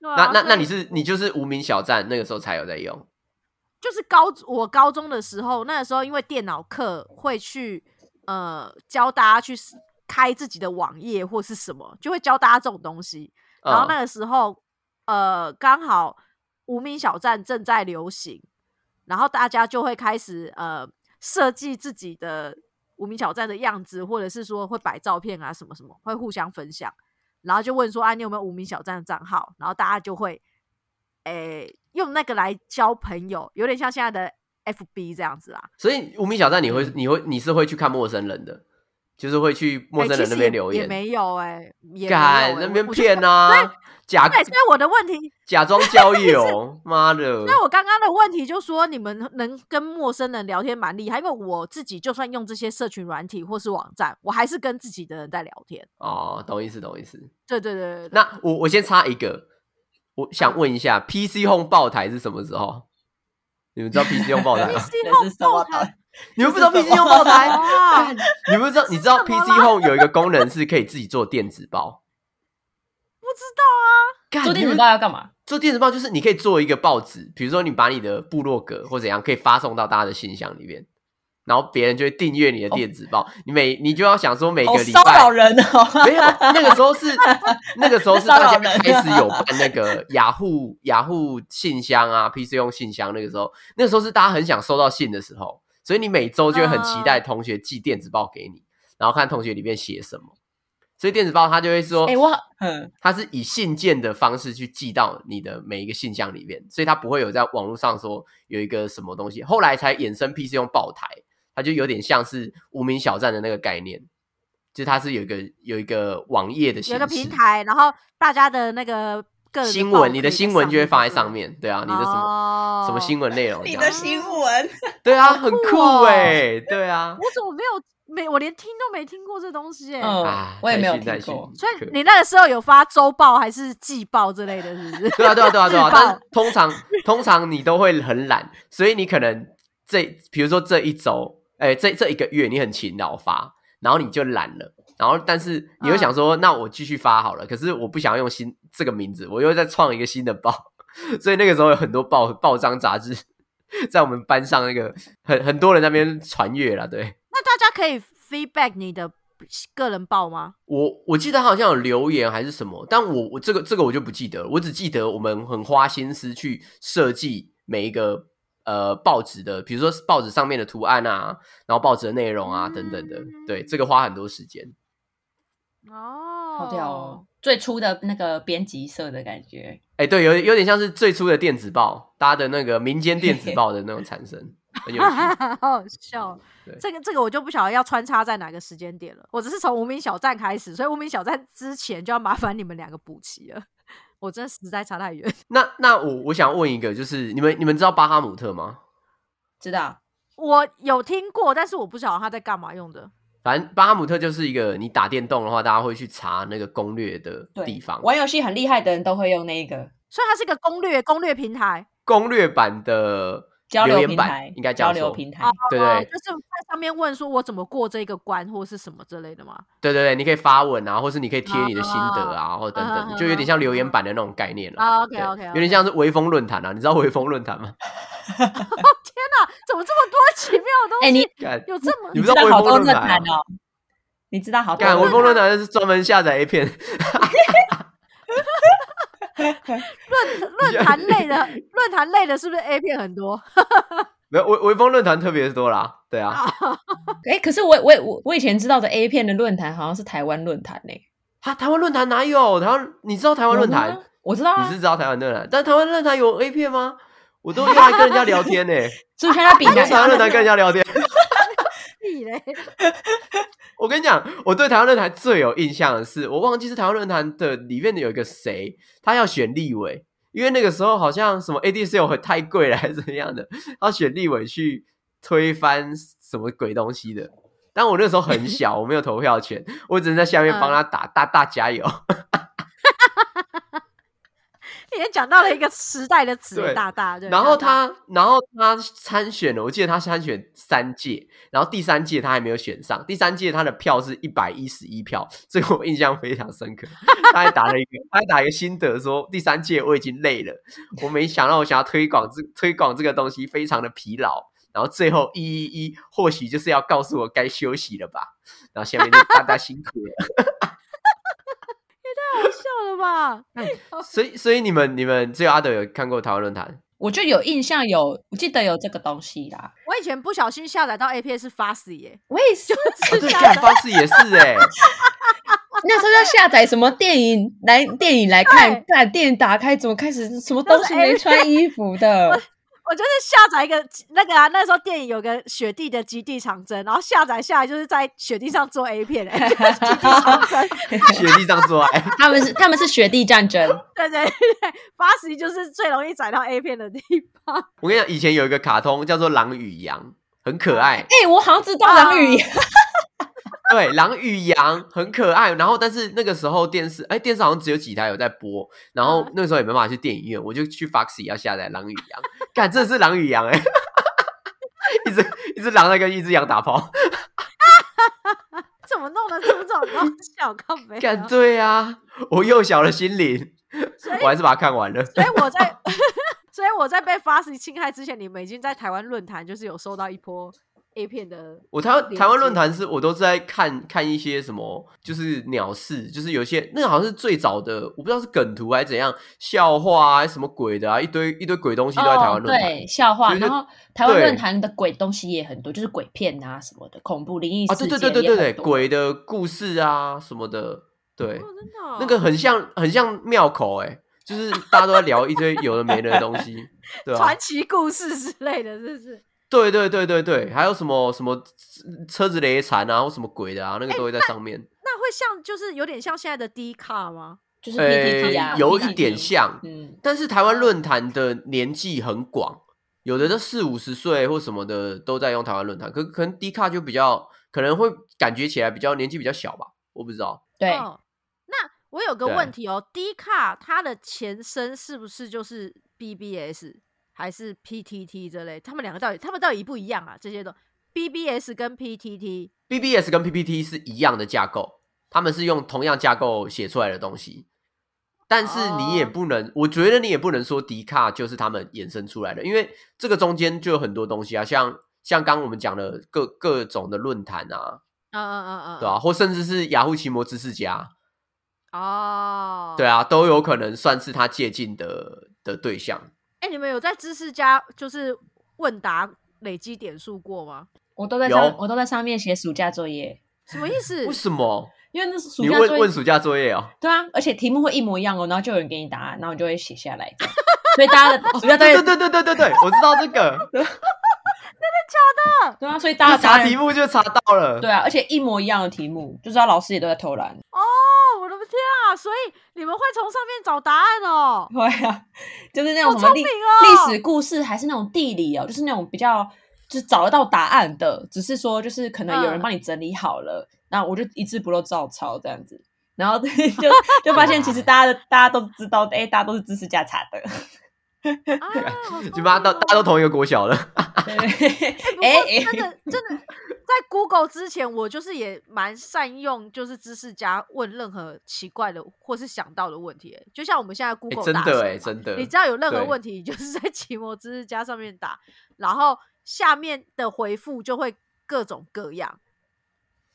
S1: 对啊
S2: 那那
S1: 所
S2: 那
S1: 以
S2: 你是你就是无名小站那个时候才有在用
S1: 就是高我高中的时候，那个时候因为电脑课会去呃教大家去 s- 开自己的网页或是什么，就会教大家这种东西。
S2: 嗯
S1: 然后那个时候，呃，刚好无名小站正在流行，然后大家就会开始呃设计自己的无名小站的样子，或者是说会摆照片啊什么什么，会互相分享，然后就问说啊你有没有无名小站的账号，然后大家就会诶、用那个来交朋友，有点像现在的 FB 这样子啦。
S2: 所以无名小站你
S1: 嗯
S2: 会你会你是会去看陌生人的，就是会去陌
S1: 诶
S2: 生
S1: 哎其
S2: 人
S1: 实
S2: 那边
S1: 也
S2: 留
S1: 也
S2: 言，
S1: 没有哎、也没有
S2: 干
S1: 诶
S2: 那
S1: 我
S2: 边
S1: 我就
S2: 骗啊，假
S1: 对，所以我的问题
S2: 假装 交友，妈的！
S1: 那我刚刚的问题就说，你们能跟陌生人聊天蛮厉害，因为我自己就算用这些社群软体或是网站，我还是跟自己的人在聊天。
S2: 哦，懂意思懂意思。
S1: 对对对对对，
S2: 那我我先插一个，我想问一
S3: 嗯
S2: 下，PC Home 爆台是什么时候？你们知道 PC Home 爆台 吗？
S1: PC
S3: 这是什么
S1: 后台
S2: 你们不知道
S3: 这
S2: PC
S3: 是什
S2: Home
S3: 么啊
S2: 爆台？
S1: 哇，
S2: 你们知道你知道
S1: 是什么
S2: PC Home 有一个功能是可以自己做电子报？
S1: 不知道
S2: 干
S3: 做
S2: 你
S3: 电子
S2: 们
S3: 报要干嘛？
S2: 做电子报就是你可以做一个报纸，比如说你把你的部落格或怎样，可以发送到大家的信箱里面，然后别人就会订阅你的电子报。你每你就要想说每个
S3: 哦好
S2: 礼
S3: 骚扰
S2: 拜。
S3: 人 哦！
S2: 没有，那个时候 是那个时候是大家
S3: 骚扰人
S2: 开始有办那个雅 虎雅虎信箱啊，PC 用信箱。那个时候，那个时候是大家很想收到信的时候，所以你每周就会很期
S3: 嗯
S2: 待同学寄电子报给你，然后看同学里面写什么。所以电子报它就会说，
S3: 哎，我嗯，
S2: 它是以信件的方式去寄到你的每一个信箱里面，所以它不会有在网络上说有一个什么东西。后来才衍生 PC 用爆台，它就有点像是无名小站的那个概念，就是它是有一个有一个网页的
S1: 有
S2: 形
S1: 一
S2: 式，
S1: 个平台，然后大家的那个个人
S2: 新
S1: 报
S2: 闻，你的
S1: 可以
S2: 新闻就会放在
S1: 对
S2: 上面，对啊，你的什么、
S1: 哦、
S2: 什么新闻内容这样，
S1: 的新
S3: 闻，
S2: 对啊，很
S1: 酷
S2: 酷
S1: 哦
S2: 哎、对啊，
S1: 我怎么没有没我连听都没听过这东西哎、
S3: 嗯
S2: 啊，
S3: 我也
S2: 太
S3: 没有
S2: 逊太
S3: 听过
S2: 逊
S1: 所
S2: 可
S1: 以你那个时候有发周报还是季报之类的，是不是？
S2: 对啊，对啊，对 啊，对
S1: 自爆
S2: 啊。但是通常通常你都会很懒，所以你可能这比如说这一周，哎、这这一个月你很勤劳发，然后你就懒了，然后但是你会想说，那我继续发好了，可是我不想要用新这个名字，我又再创一个新的报， 所以那个时候有很多报报章杂志 在我们班上那个很很多人那边传阅了，对。
S1: 那大家可以 feedback 你的个人报吗？
S2: 我我记得好像有留言还是什么，但我我这个这个我就不记得了，我只记得我们很花心思去设计每一个呃报纸的，比如说报纸上面的图案啊，然后报纸的内容啊等等的，对，这个花很多时间。
S1: 哦，
S3: 好屌哦！！最初的那个编辑社的感觉，
S2: 哎，对，有有点像是最初的电子报，大家的那个民间电子报的那种产生，很有趣。
S1: 好 好笑哦
S2: 嗯对。
S1: 这个这个我就不晓得要穿插在哪个时间点了。我只是从无名小站开始，所以无名小站之前就要麻烦你们两个补齐了。我真的实在差太远。
S2: 那那我我想问一个，就是你们你们知道巴哈姆特吗？
S3: 知道？
S1: 我有听过，但是我不晓得他在干嘛用的。
S2: 反正巴哈姆特就是一个你打电动的话，大家会去查那个攻略的
S3: 对，
S2: 地方。
S3: 玩游戏很厉害的人都会用那一个
S1: 所以它是一个攻略攻略平台，
S2: 攻略版的
S3: 交
S2: 留
S3: 流
S2: 言
S3: 平
S2: 板
S3: 台，
S2: 应该这样
S3: 交流
S2: 说
S3: 平台
S1: 哦。
S2: 对
S1: 哦
S2: 对
S1: 就是在上面问说我怎么过这个关或是什么之类的吗？
S2: 对对对，你可以发文啊，或是你可以贴你的心得啊，
S3: 哦
S2: 或等
S1: 嗯嗯
S2: 等，
S1: 嗯
S2: 就有点像留言板的那种概念了。
S1: 啊，OK
S2: 对
S1: OK，
S2: 有点像是微风论坛啊，你知道微风论坛吗？
S1: 哦怎么这么多奇妙的东西？
S3: 哎你
S2: 干
S1: 有这么
S2: 你不知道
S3: 知道
S2: 微
S3: 好
S2: 风
S3: 多
S2: 论
S3: 论
S2: 坛
S3: 坛
S2: 啊？
S3: 哦，你知道好 多
S2: 干微
S3: 论
S2: 风论坛是专门下载 A 片，
S1: 论论坛类 的，论坛类的是不是 A 片很多？
S2: 没有微微风论坛特别多啦，对啊，
S3: 哎、可是我我我我以前知道的 A 片的论坛好像是台湾论坛呢、
S2: 啊，台湾论坛哪有？台湾你知道台湾论
S3: 有
S2: 坛
S3: 吗？我知道
S2: 你
S3: 啊
S2: 是，知道台湾论坛，但台湾论坛有 A 片吗？我 都用来跟人家聊天呢、
S3: 所以看他比
S2: 我都
S3: 男
S2: 啊台湾论坛跟人家聊天。
S1: 你嘞？
S2: 我跟你讲，我对台湾论坛最有印象的是，我忘记是台湾论坛的里面的有一个谁，他要选立委，因为那个时候好像什么 ADC 很太贵了还是怎么样的，要选立委去推翻什么鬼东西的。但我那时候很小，我没有投票权，我只能在下面帮他打大大加油。
S1: 你也讲到了一个时代的词，
S2: 对
S1: 大大对。
S2: 然后
S1: 大大
S2: 他，然后他参选了，我记得他参选三届，然后第三届他还没有选上，第三届他的票是一百一十一票，这个我印象非常深刻。他还打了一个，他还打一个心得说，第三届我已经累了，我没想到我想要推广这推广这个东西，非常的疲劳。然后最后一一一，或许就是要告诉我该休息了吧。然后下面就大家辛苦了。
S1: 好笑了吧？
S2: 所以，所以你们你们只有阿德有看过台湾论坛，
S3: 我就有印象有，我记得有这个东西啦。
S1: 我以前不小心下载到 A 片是 Fast 耶，
S3: 我也是，
S2: 啊、对，看方式也是哎、
S3: 那时候要下载什么电影来电影来看
S1: 对，
S3: 看电影打开怎么开始什么东西没穿衣服的，
S1: 我就是下载一个那个啊，那时候电影有个雪地的极地长征，然后下载下来就是在雪地上做 A 片、 欸，就是极地长征，
S2: 雪地上做爱。
S3: 他们是他们是雪地战争，
S1: 对对对，Fast 就是最容易载到 A 片的地方。
S2: 我跟你讲，以前有一个卡通叫做《狼与羊》，很可爱。
S3: 哎、我好像知道狼语，
S2: 对，《狼与羊》很可爱。然后，但是那个时候电视，哎，电视好像只有几台有在播。然后
S1: 嗯
S2: 那个时候也没办法去电影院，我就去 Foxy 要下载《狼与羊》。干，这是《狼与羊》哎， 一只一只狼在跟一只羊打炮。
S1: 怎么弄得出这种东西？啊我靠，没有。
S2: 干，对啊，我幼小的心灵，我还是把它看完了。
S1: 所以我在， 所以我在被 Fast 侵害之前，你们已经在台湾论坛就是有收到一波 A 片的
S2: 我台湾
S1: 理
S2: 台湾
S1: 解
S2: 论坛是我都是在看看一些什么，就是鸟事，就是有些那个好像是最早的，我不知道是梗图还是怎样，笑话啊什么鬼的啊，一堆一堆鬼东西都在台湾论坛。
S3: 哦对笑话，
S2: 就是
S3: 然后台湾
S2: 对
S3: 论坛的鬼东西也很多，就是鬼片啊什么的，恐怖灵异
S2: 啊，
S3: 事
S2: 对
S3: 件
S2: 对对对对对，
S3: 也很多
S2: 鬼的故事啊什么的，对，
S1: 哦，真的哦、
S2: 那个很像很像庙口哎、就是大家都在聊一堆有的没的东西，对啊吧、
S1: 传奇故事之类的，是不 是？
S2: 对对对对对，还有什么什么车子雷残啊或什么鬼的啊，那个都会在上面。
S1: 那会像就是有点像现在的 D 卡吗？
S3: 就是
S2: 呃
S3: PPT 啊，
S2: 有
S3: PPT
S2: 一点，像，
S3: 嗯，
S2: 但是台湾论坛的年纪很广，有的都四五十岁或什么的都在用台湾论坛，可可能迪卡就比较可能会感觉起来比较年纪比较小吧，我不知道。
S3: 对，
S1: 哦、那我有个
S2: 对
S1: 问题哦，D 卡它的前身是不是就是 BBS 还是 PTT 这类？他们两个到底他们到底一不一样啊？这些都 BBS 跟 PTT
S2: BBS 跟 PPT 是一样的架构，他们是用同样架构写出来的东西，但是你也
S1: 哦
S2: 不能，我觉得你也不能说迪卡就是他们衍生出来的，因为这个中间就有很多东西啊，像像刚我们讲的各各种的论坛啊，
S1: 嗯嗯嗯嗯，
S2: 对吧、或甚至是雅虎奇摩知识家，
S1: 哦，
S2: 对啊，都有可能算是他借鉴的的对象。
S1: 哎、你们有在知识家就是问答累积点数过吗？
S3: 我都在上
S2: 有，
S3: 我都在上面写暑假作业，
S1: 什么意 思
S2: 为？什么？
S3: 因为那是暑
S2: 你
S3: 假作
S2: 问
S3: 业
S2: 问暑假作业哦？
S3: 对啊，而且题目会一模一样哦，然后就有人给你答案，然后你就会写下来这样，所以大家的暑假作业
S2: 哦对对对对对对，我知道这个，
S3: 对啊，所以大家
S2: 就
S3: 的答
S2: 查
S3: 案
S2: 题目就查到了。
S3: 对啊，而且一模一样的题目，就知道老师也都在偷懒。
S1: 哦，我的天啊！所以你们会从上面找答案 哦。
S3: 对啊，就是那
S1: 好
S3: 种什么
S1: 聪
S3: 历、
S1: 明
S3: 历史
S1: 哦！
S3: 故事，还是那种地理哦，就是那种比较就是找得到答案的，只是说就是可能有人
S1: 嗯
S3: 帮你整理好了，那、我就一字不漏照抄这样子。然后 就就发现，其实大家的大家都知道，哎，大家都是知识价差 的，
S1: 啊，好聪
S2: 你妈
S1: 明
S2: 大
S1: 哦
S2: 大家都同一个国小了，哎
S3: 对对对
S1: 不
S3: 哎
S1: 过
S3: 哎
S1: 真的真的，在 Google 之前，我就是也蛮善用，就是知识家问任何奇怪的或是想到的问题欸，就像我们现在 Google
S2: 真
S1: 大神
S2: 的哎，
S1: 嘛
S2: 真的。
S1: 你只要有任何
S2: 对
S1: 问题，你就是在奇摩知识家上面打，然后下面的回复就会各种各样。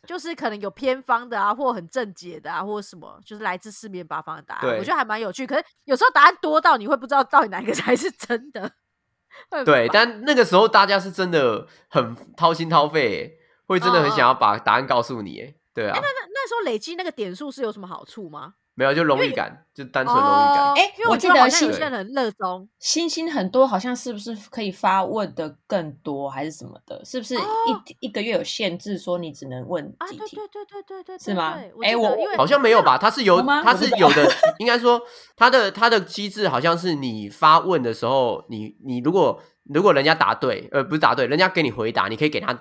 S1: 就是可能有偏方的啊，或很正解的啊，或什么，就是来自四面八方的答案，
S2: 对
S1: 我觉得还蛮有趣。可是有时候答案多到你会不知道到底哪一个才是真的。 会很
S2: 对，
S1: 烦
S2: 但那个时候大家是真的很掏心掏肺耶，会真的很想要把答案告诉你耶。对啊，
S1: 那时候累积那个点数是有什么好处吗？
S2: 没有就荣誉感，就单纯荣誉感。
S1: 哦
S3: 哎
S1: 因为
S3: 我
S1: 觉
S3: 记
S1: 得
S3: 得
S1: 好像有
S2: 是
S1: 些人很热衷，
S3: 星星很多，好像是不是可以发问的更多，还是什么的？是不是一、
S1: 哦
S3: 一个月有限制，说你只能问
S1: 啊，
S3: 几
S1: 对
S3: 题？
S1: 对对对对对，
S3: 是吗
S1: 对
S3: 哎
S1: 记
S3: 我
S1: 得 因为
S2: 好像没有吧？它是有，
S3: 有吗
S2: 它
S3: 我不
S2: 是
S3: 知道
S2: 有的。应该说，它的它的机制好像是你发问的时候，你你如果如果人家答对，呃，不是答对，人家给你回答，你可以给他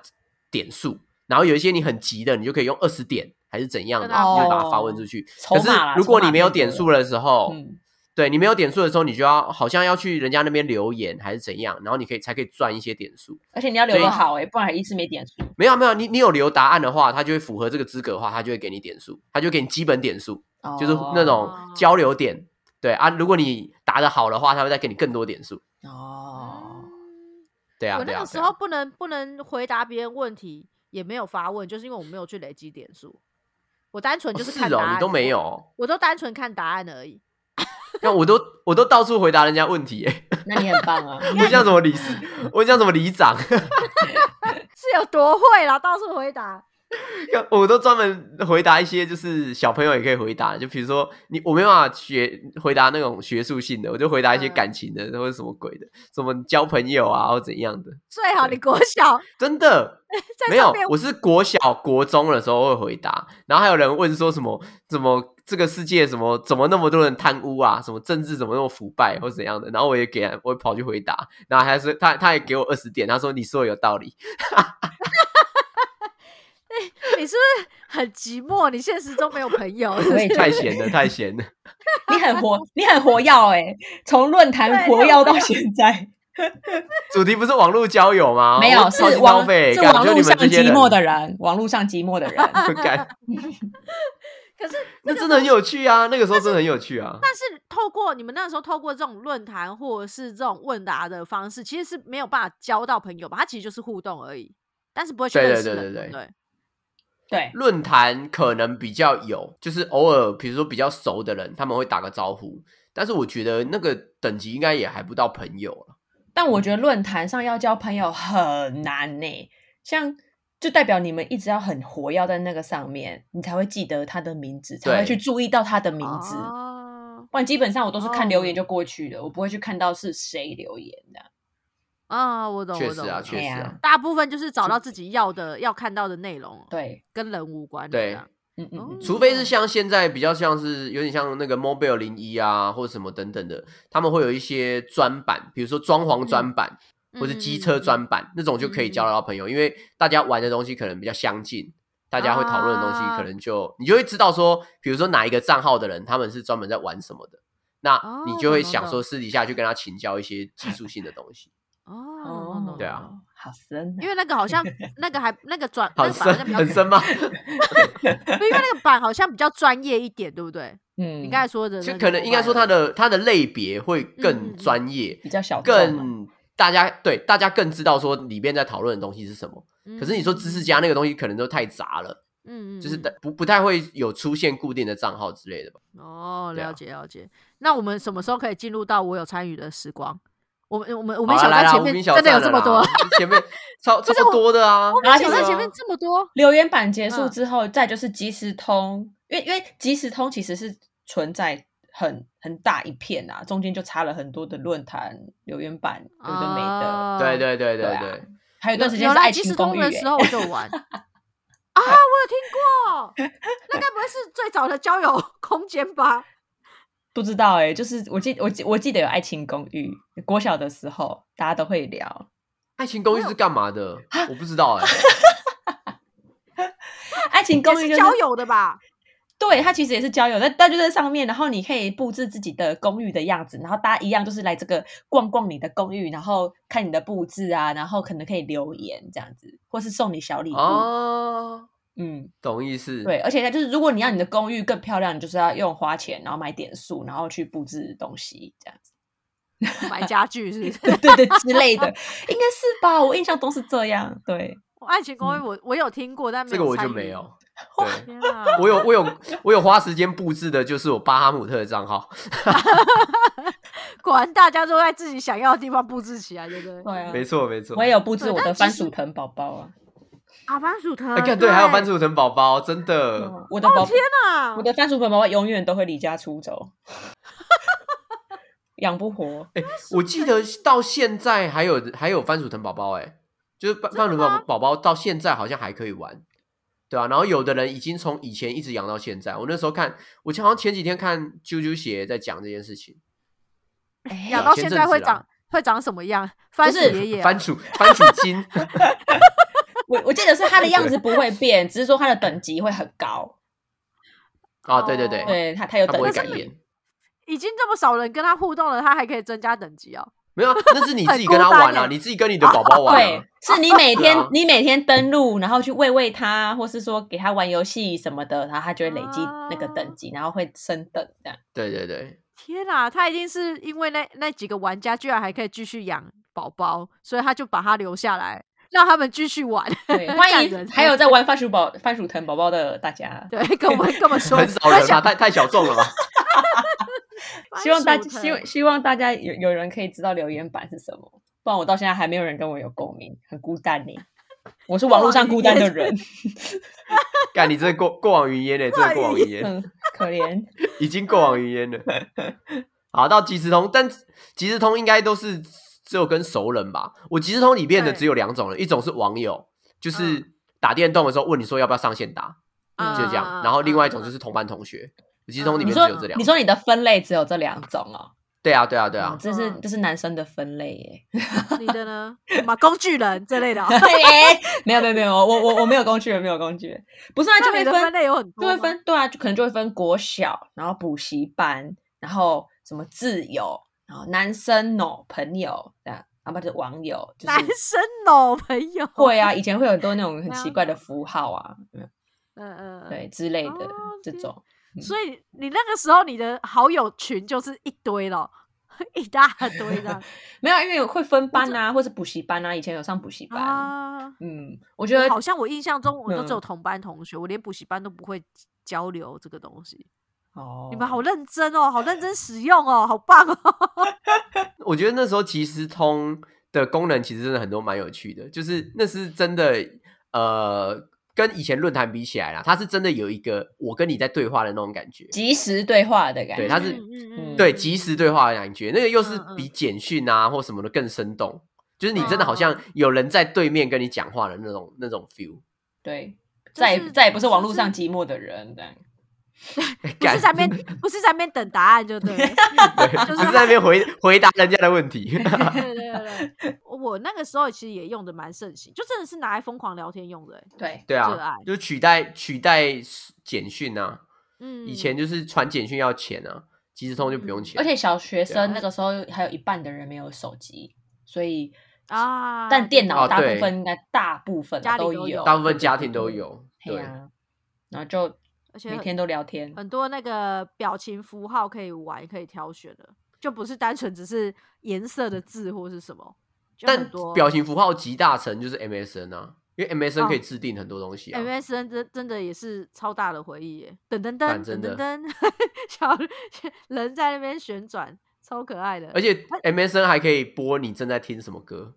S2: 点数，然后有一些你很急的，你就可以用二十点还是怎样的，
S1: 跟他
S2: 你就把它
S3: 哦
S2: 发问出去。
S3: 筹
S2: 可
S3: 码
S2: 是
S3: 啦
S2: 如果
S3: 筹码
S2: 你没有
S3: 变多
S2: 点
S3: 了
S2: 数的时候，
S3: 嗯，
S2: 对你没有点数的时候，你就要好像要去人家那边留言还是怎样，然后你可以才可以赚一些点数。
S3: 而且你要留
S2: 所
S3: 得
S2: 以
S3: 好哎、不然一直没点数。
S2: 没有没有，你你有留答案的话，他就会符合这个资格的话，他就会给你点数，他就给你基本点数，就是那种
S1: 哦
S2: 交流点。对啊，如果你答的好的话，他会再给你更多点数。
S3: 哦，
S1: 嗯
S2: 对啊，
S1: 我
S2: 对
S1: 那
S2: 啊
S1: 个
S2: 对
S1: 时
S2: 啊
S1: 候不能不能回答别人问题，也没有发问，就是因为我没有去累积点数，我单纯
S2: 哦
S1: 就是是看答
S2: 哦，
S1: 案，
S2: 你都没有，哦，
S1: 我都单纯看答案而已。
S2: 那我都我都到处回答人家问题耶，
S3: 那你很棒啊！
S2: 我像什么理事，我像什么里长，
S1: 是有多会啦，到处回答。
S2: 我都专门回答一些就是小朋友也可以回答，就比如说你我没办法学回答那种学术性的，我就回答一些
S1: 嗯
S2: 感情的、或者什么鬼的，什么交朋友啊或怎样的，
S1: 最好
S2: 对
S1: 你国小
S2: 真的
S1: 在
S2: 没有
S1: 上面，
S2: 我是国小、国中的时候会回答，然后还有人问说什么怎么这个世界什么怎么那么多人贪污啊，什么政治怎么那么腐败或怎样的，然后我也给他，我跑去回答，然后还是他他也给我二十点，他说你说的有道理，
S1: 你是不是很寂寞？你现实中没有朋友，是不
S3: 我
S1: 是
S3: 也觉
S2: 太闲了，太闲了，
S3: 你很活，你很活跃哎、从论坛
S1: 对
S3: 活
S1: 你
S3: 跃
S1: 很
S3: 到现 在，
S2: 主题不是网络交友吗？
S3: 没有
S2: 啊我超级
S3: 是
S2: 浪
S3: 网
S2: 费，欸
S3: 是
S2: 感
S3: 网
S2: 觉
S3: 络
S2: 你们
S3: 上
S2: 这些
S3: 寂
S2: 人
S3: 寞的人，网络上寂寞 的人。
S2: 干
S1: 可是
S2: 那真的很有趣啊！那个时候真的很有趣啊！
S1: 但是透过你们那时候透过这种论坛或者是这种问答的方式，其实是没有办法交到朋友吧？它其实就是互动而已，但是不会去
S2: 对
S1: 认
S2: 对
S1: 识
S2: 对
S1: 人
S2: 对
S1: 对不
S2: 对
S1: 对
S3: 对，
S2: 论坛可能比较有，就是偶尔比如说比较熟的人，他们会打个招呼，但是我觉得那个等级应该也还不到朋友啊了。
S3: 但我觉得论坛上要交朋友很难呢、像就代表你们一直要很活跃在那个上面，你才会记得他的名字，才会
S2: 对
S3: 去注意到他的名字。
S1: 哦
S3: 不然基本上我都是看留言
S1: 哦
S3: 就过去了，我不会去看到是谁留言的。
S1: 啊，我懂，
S2: 确
S1: 我
S2: 实
S1: 懂，
S2: 啊，
S1: 我懂
S2: 确实
S3: 对
S2: 啊
S3: 啊，
S1: 大部分就是找到自己要的、要看到的内容，，
S3: 对，
S1: 跟人无关的这
S2: 对
S1: 样。
S3: 嗯嗯嗯，
S2: 除非是像现在比较像是有点像那个 Mobile 零一啊，或者什么等等的，他们会有一些专版，比如说装潢专版、或是机车
S1: 嗯，嗯嗯嗯
S2: 专版、那种就可以交到朋友，因为大家玩的东西可能比较相近，大家会讨论的东西
S1: 啊
S2: 可能就、你就会知道说，比如说哪一个账号的人他们是专门在玩什么的，那
S1: 哦
S2: 你就会
S1: 懂
S2: 想
S1: 懂
S2: 说私底下去跟他请教一些技术性的东西。
S1: 嗯哦，懂懂
S3: 哦
S1: 懂，
S2: 对啊，
S3: 好深、啊，
S1: 因为那个好 像那个还那个转那
S2: 好
S1: 个版好
S2: 深
S1: 像比较
S2: 很深吗？
S1: 因为那个版好像比较专业一点，对不对？
S3: 嗯，
S1: 你刚才说的那
S2: 就
S1: 个
S2: 可能应该说它的它的类别会
S1: 嗯嗯
S2: 更
S1: 嗯
S2: 专业，
S3: 比较小众啊，
S2: 更大家对大家更知道说里面在讨论的东西是什么。
S1: 嗯，
S2: 可是你说知识家那个东西可能都太杂了，
S1: 嗯，嗯嗯，
S2: 就是
S1: 嗯
S2: 不不太会有出现固定的账号之类的吧？
S1: 哦，
S2: 对
S1: 了
S2: 啊
S1: 解了解。那我们什么时候可以进入到我有参与的时光？我们我们我
S2: 我
S1: 们小
S2: 啊来
S1: 站
S2: 啦，
S1: 前
S2: 无名
S1: 面
S2: 小
S1: 真的有
S2: 站
S1: 这
S2: 了
S1: 么
S2: 啦
S1: 多，，
S2: 前面超超
S1: 不是
S2: 不
S1: 我
S2: 多的啊。
S1: 我们小
S3: 啊
S1: 站
S3: 对啊
S1: 前面这么多，
S3: 留言板结束
S1: 嗯
S3: 之后，再就是即时通，因为因为即时通其实是存在很很大一片啊，中间就插了很多的论坛、留言板，有的没的。
S1: 啊
S2: 对对对
S3: 对
S2: 对
S3: 啊
S2: 对，
S3: 还有一段时间
S1: 有
S3: 是
S1: 啦
S3: 爱
S1: 即
S3: 情
S1: 时
S3: 公
S1: 通
S3: 寓、
S1: 的
S3: 欸
S1: 时，候我就有 玩啊，我有听过，那该不会是最早的交友空间吧？
S3: 不知道哎、就是我记我记我记得有爱情公寓，国小的时候大家都会聊。
S2: 爱情公寓是干嘛的？我不知道哎。
S3: 爱情
S1: 也
S3: 公寓就是
S1: 交友的吧？
S3: 对，它其实也是交友，但但就在上面，然后你可以布置自己的公寓的样子，然后大家一样就是来这个逛逛你的公寓，然后看你的布置啊，然后可能可以留言这样子，或是送你小礼物。
S2: 哦，
S3: 嗯，
S2: 懂意思。
S3: 对，而且它就是如果你要你的公寓更漂亮，你就是要用花钱，然后买点数，然后去布置东西这样子，
S1: 买家具是不是？
S3: 对对对之类的，应该是吧？我印象中是这样。对，
S1: 我爱情公寓我我有听过，但没
S2: 嗯这个我就
S1: 参
S2: 没
S1: 与
S2: 有。对，
S1: 天啊！
S2: 我有我有我有花时间布置的，就是我巴哈姆特的账号，
S1: 果然大家都在自己想要的地方布置起来，对不对？
S3: 对啊，
S2: 没错没错
S3: 我。也有布置
S1: 对
S3: 我
S1: 但
S3: 的
S1: 其
S3: 番
S1: 实
S3: 薯藤宝宝啊，
S1: 啊，番薯藤，
S2: 哎，看对，还有番薯藤宝宝，真的，
S3: 我的宝、
S1: 天啊
S3: 我！的番薯藤宝宝永远都会离家出走，养不活。
S2: 我记得到现在还有还有番薯藤宝宝，哎，就是番番薯宝宝宝到现在好像还可以玩，对啊，然后有的人已经从以前一直养到现在，我那时候看，我好像前几天看啾啾鞋在讲这件事情，
S3: 哎
S1: 养到
S2: 前
S1: 现
S2: 阵
S1: 在
S2: 子
S1: 会
S2: 啦
S1: 长会长什么样？番薯
S3: 是
S1: 爷爷啊，
S2: 啊番薯番薯 精，
S3: 我我记得是它的样子不会变，只是说它的等级会很高。
S2: 啊，对对
S1: 哦
S2: 对，
S3: 对它，它有
S2: 它
S3: 等
S2: 不会
S3: 级
S2: 改变。
S1: 已经这么少人跟他互动了，他还可以增加等级哦。
S2: 没有啊，那是你自己
S1: 很
S2: 跟
S1: 孤
S2: 他
S1: 单
S2: 玩啊，
S1: 欸
S2: 你自己跟你的宝宝玩、啊
S3: 对。，是你每天、
S2: 对啊
S3: 你每天登录，然后去喂喂它，或是说给它玩游戏什么的，然后它就会累积那个等级，然后会升等这样。
S2: 对对对，
S1: 天啊，他一定是因为那那几个玩家居然还可以继续养宝宝，所以他就把他留下来，让他们继续玩。
S3: 对，
S1: 感
S3: 欢
S1: 人
S3: 迎还有在玩番薯宝番薯藤宝宝的大家，
S1: 对，跟我们跟我们说，
S2: 很少
S1: 分
S2: 人吧，啊
S1: 享
S2: 太太小众了吧？
S3: 希望大
S1: 番薯
S3: 家希
S1: 藤
S3: 望希望大家有有人可以知道留言板是什么，不然我到现在还没有人跟我有共鸣，很孤单呢。我是网络上孤单的人，
S2: 干，你这过过往云烟欸呢？真的过往云烟，
S3: 嗯，可 怜。
S2: 已经过往云 烟了。好，到即时通，但即时通应该都是只有跟熟人吧？我即时通里面的
S1: 对
S2: 只有两种人，一种是网友，就是
S1: 嗯
S2: 打电动的时候问你说要不要上线打，
S1: 嗯
S2: 就这
S1: 嗯
S2: 样。
S1: 嗯
S2: 然后另外一
S1: 嗯
S2: 种就
S1: 嗯
S2: 是同班同学，即时通里
S3: 你
S2: 面只
S3: 说
S2: 有这两
S3: 你
S2: 种。
S3: 说你的分类只有这两种哦，
S2: 对啊，对啊，对啊
S3: 嗯。这是
S1: 嗯
S3: 这是男生的分类 耶。
S1: 你的呢？什么工具人这 类的哦、
S3: 哎没有没有没有，我我我没有工具人，没有工具人，不是啊，
S1: 那
S3: 就
S1: 你
S3: 会
S1: 的
S3: 分
S1: 分类有很多
S3: 就
S1: 吗，
S3: 会分对啊，就可能就会分国小，然后补习班，然后什么自由，然后男生哦朋友这样，然后就是网友，就
S1: 男
S3: 是
S1: 生哦，朋友，
S3: 会啊，以前会有很多那种很
S1: 对啊
S3: 奇怪的符号啊，嗯
S1: 嗯嗯，嗯
S3: 对之类的
S1: 哦
S3: 这
S1: 天
S3: 种，
S1: 所以你那个时候你的好友群就是一堆了，一大堆的
S3: 没有，因为有会分班啊，或是补习班啊，以前有上补习班，
S1: 啊。
S3: 嗯，我觉得
S1: 好像我印象中我都只有
S3: 嗯
S1: 同班同学，我连补习班都不会交流这个东西。
S3: 哦
S1: 你们好认真哦，好认真使用哦，好棒哦！
S2: 我觉得那时候即时通的功能其实真的很多蛮有趣的，就是那是真的，呃，跟以前论坛比起来啦，它是真的有一个我跟你在对话的那种感觉，
S3: 即时对话的感觉，
S2: 对它是
S1: 嗯
S2: 对即时对话的感觉，那个又是
S1: 嗯嗯
S2: 比简讯啊或什么的更生动，就是你真的好
S1: 哦
S2: 像有人在对面跟你讲话的那种那种 feel，
S3: 对，
S1: 就
S3: 再
S1: 是
S3: 也再也不是
S1: 就
S3: 网络
S1: 是
S3: 上寂寞的人这样。
S1: 不是在那边，不是在那边等答案就对 了。
S2: 对，
S1: 就是
S2: 不是在那边回回答人家的 问题，
S1: 对对对对，我那个时候其实也用的蛮盛行，就真的是拿来疯狂聊天用的、欸。
S3: 对，
S2: 对
S1: 热爱
S2: 啊，就取代取代简讯啊，
S1: 嗯，
S2: 以前就是传简讯要钱啊，即时通就不用
S1: 嗯
S2: 钱，
S3: 而且小学
S2: 对啊
S3: 生那个时候还有一半的人没有手机，所以
S1: 啊，
S3: 但电脑
S2: 哦
S3: 大部
S2: 对
S3: 分应该大部分
S1: 家
S3: 啊
S1: 里
S3: 都
S1: 都有
S3: 有，
S2: 大部分家庭都有。
S3: 对
S2: 对，
S3: 呀，然后就
S1: 而且
S3: 每
S1: 很
S3: 天都聊天，
S1: 很多那个表情符号可以玩，可以挑选的，就不是单纯只是颜色的字或是什么，就很
S2: 但
S1: 多哎
S2: 表情符号集大成就是 MSN 啊，因为 MSN
S1: 哦
S2: 可以制定很多东西啊。
S1: MSN 真真的也是超大的回忆耶，噔噔噔
S2: 干
S1: 噔
S2: 真
S1: 噔
S2: 的
S1: 噔， 小人在那边旋转，超可爱的。
S2: 而且 MSN 还可以播你正在听什么歌。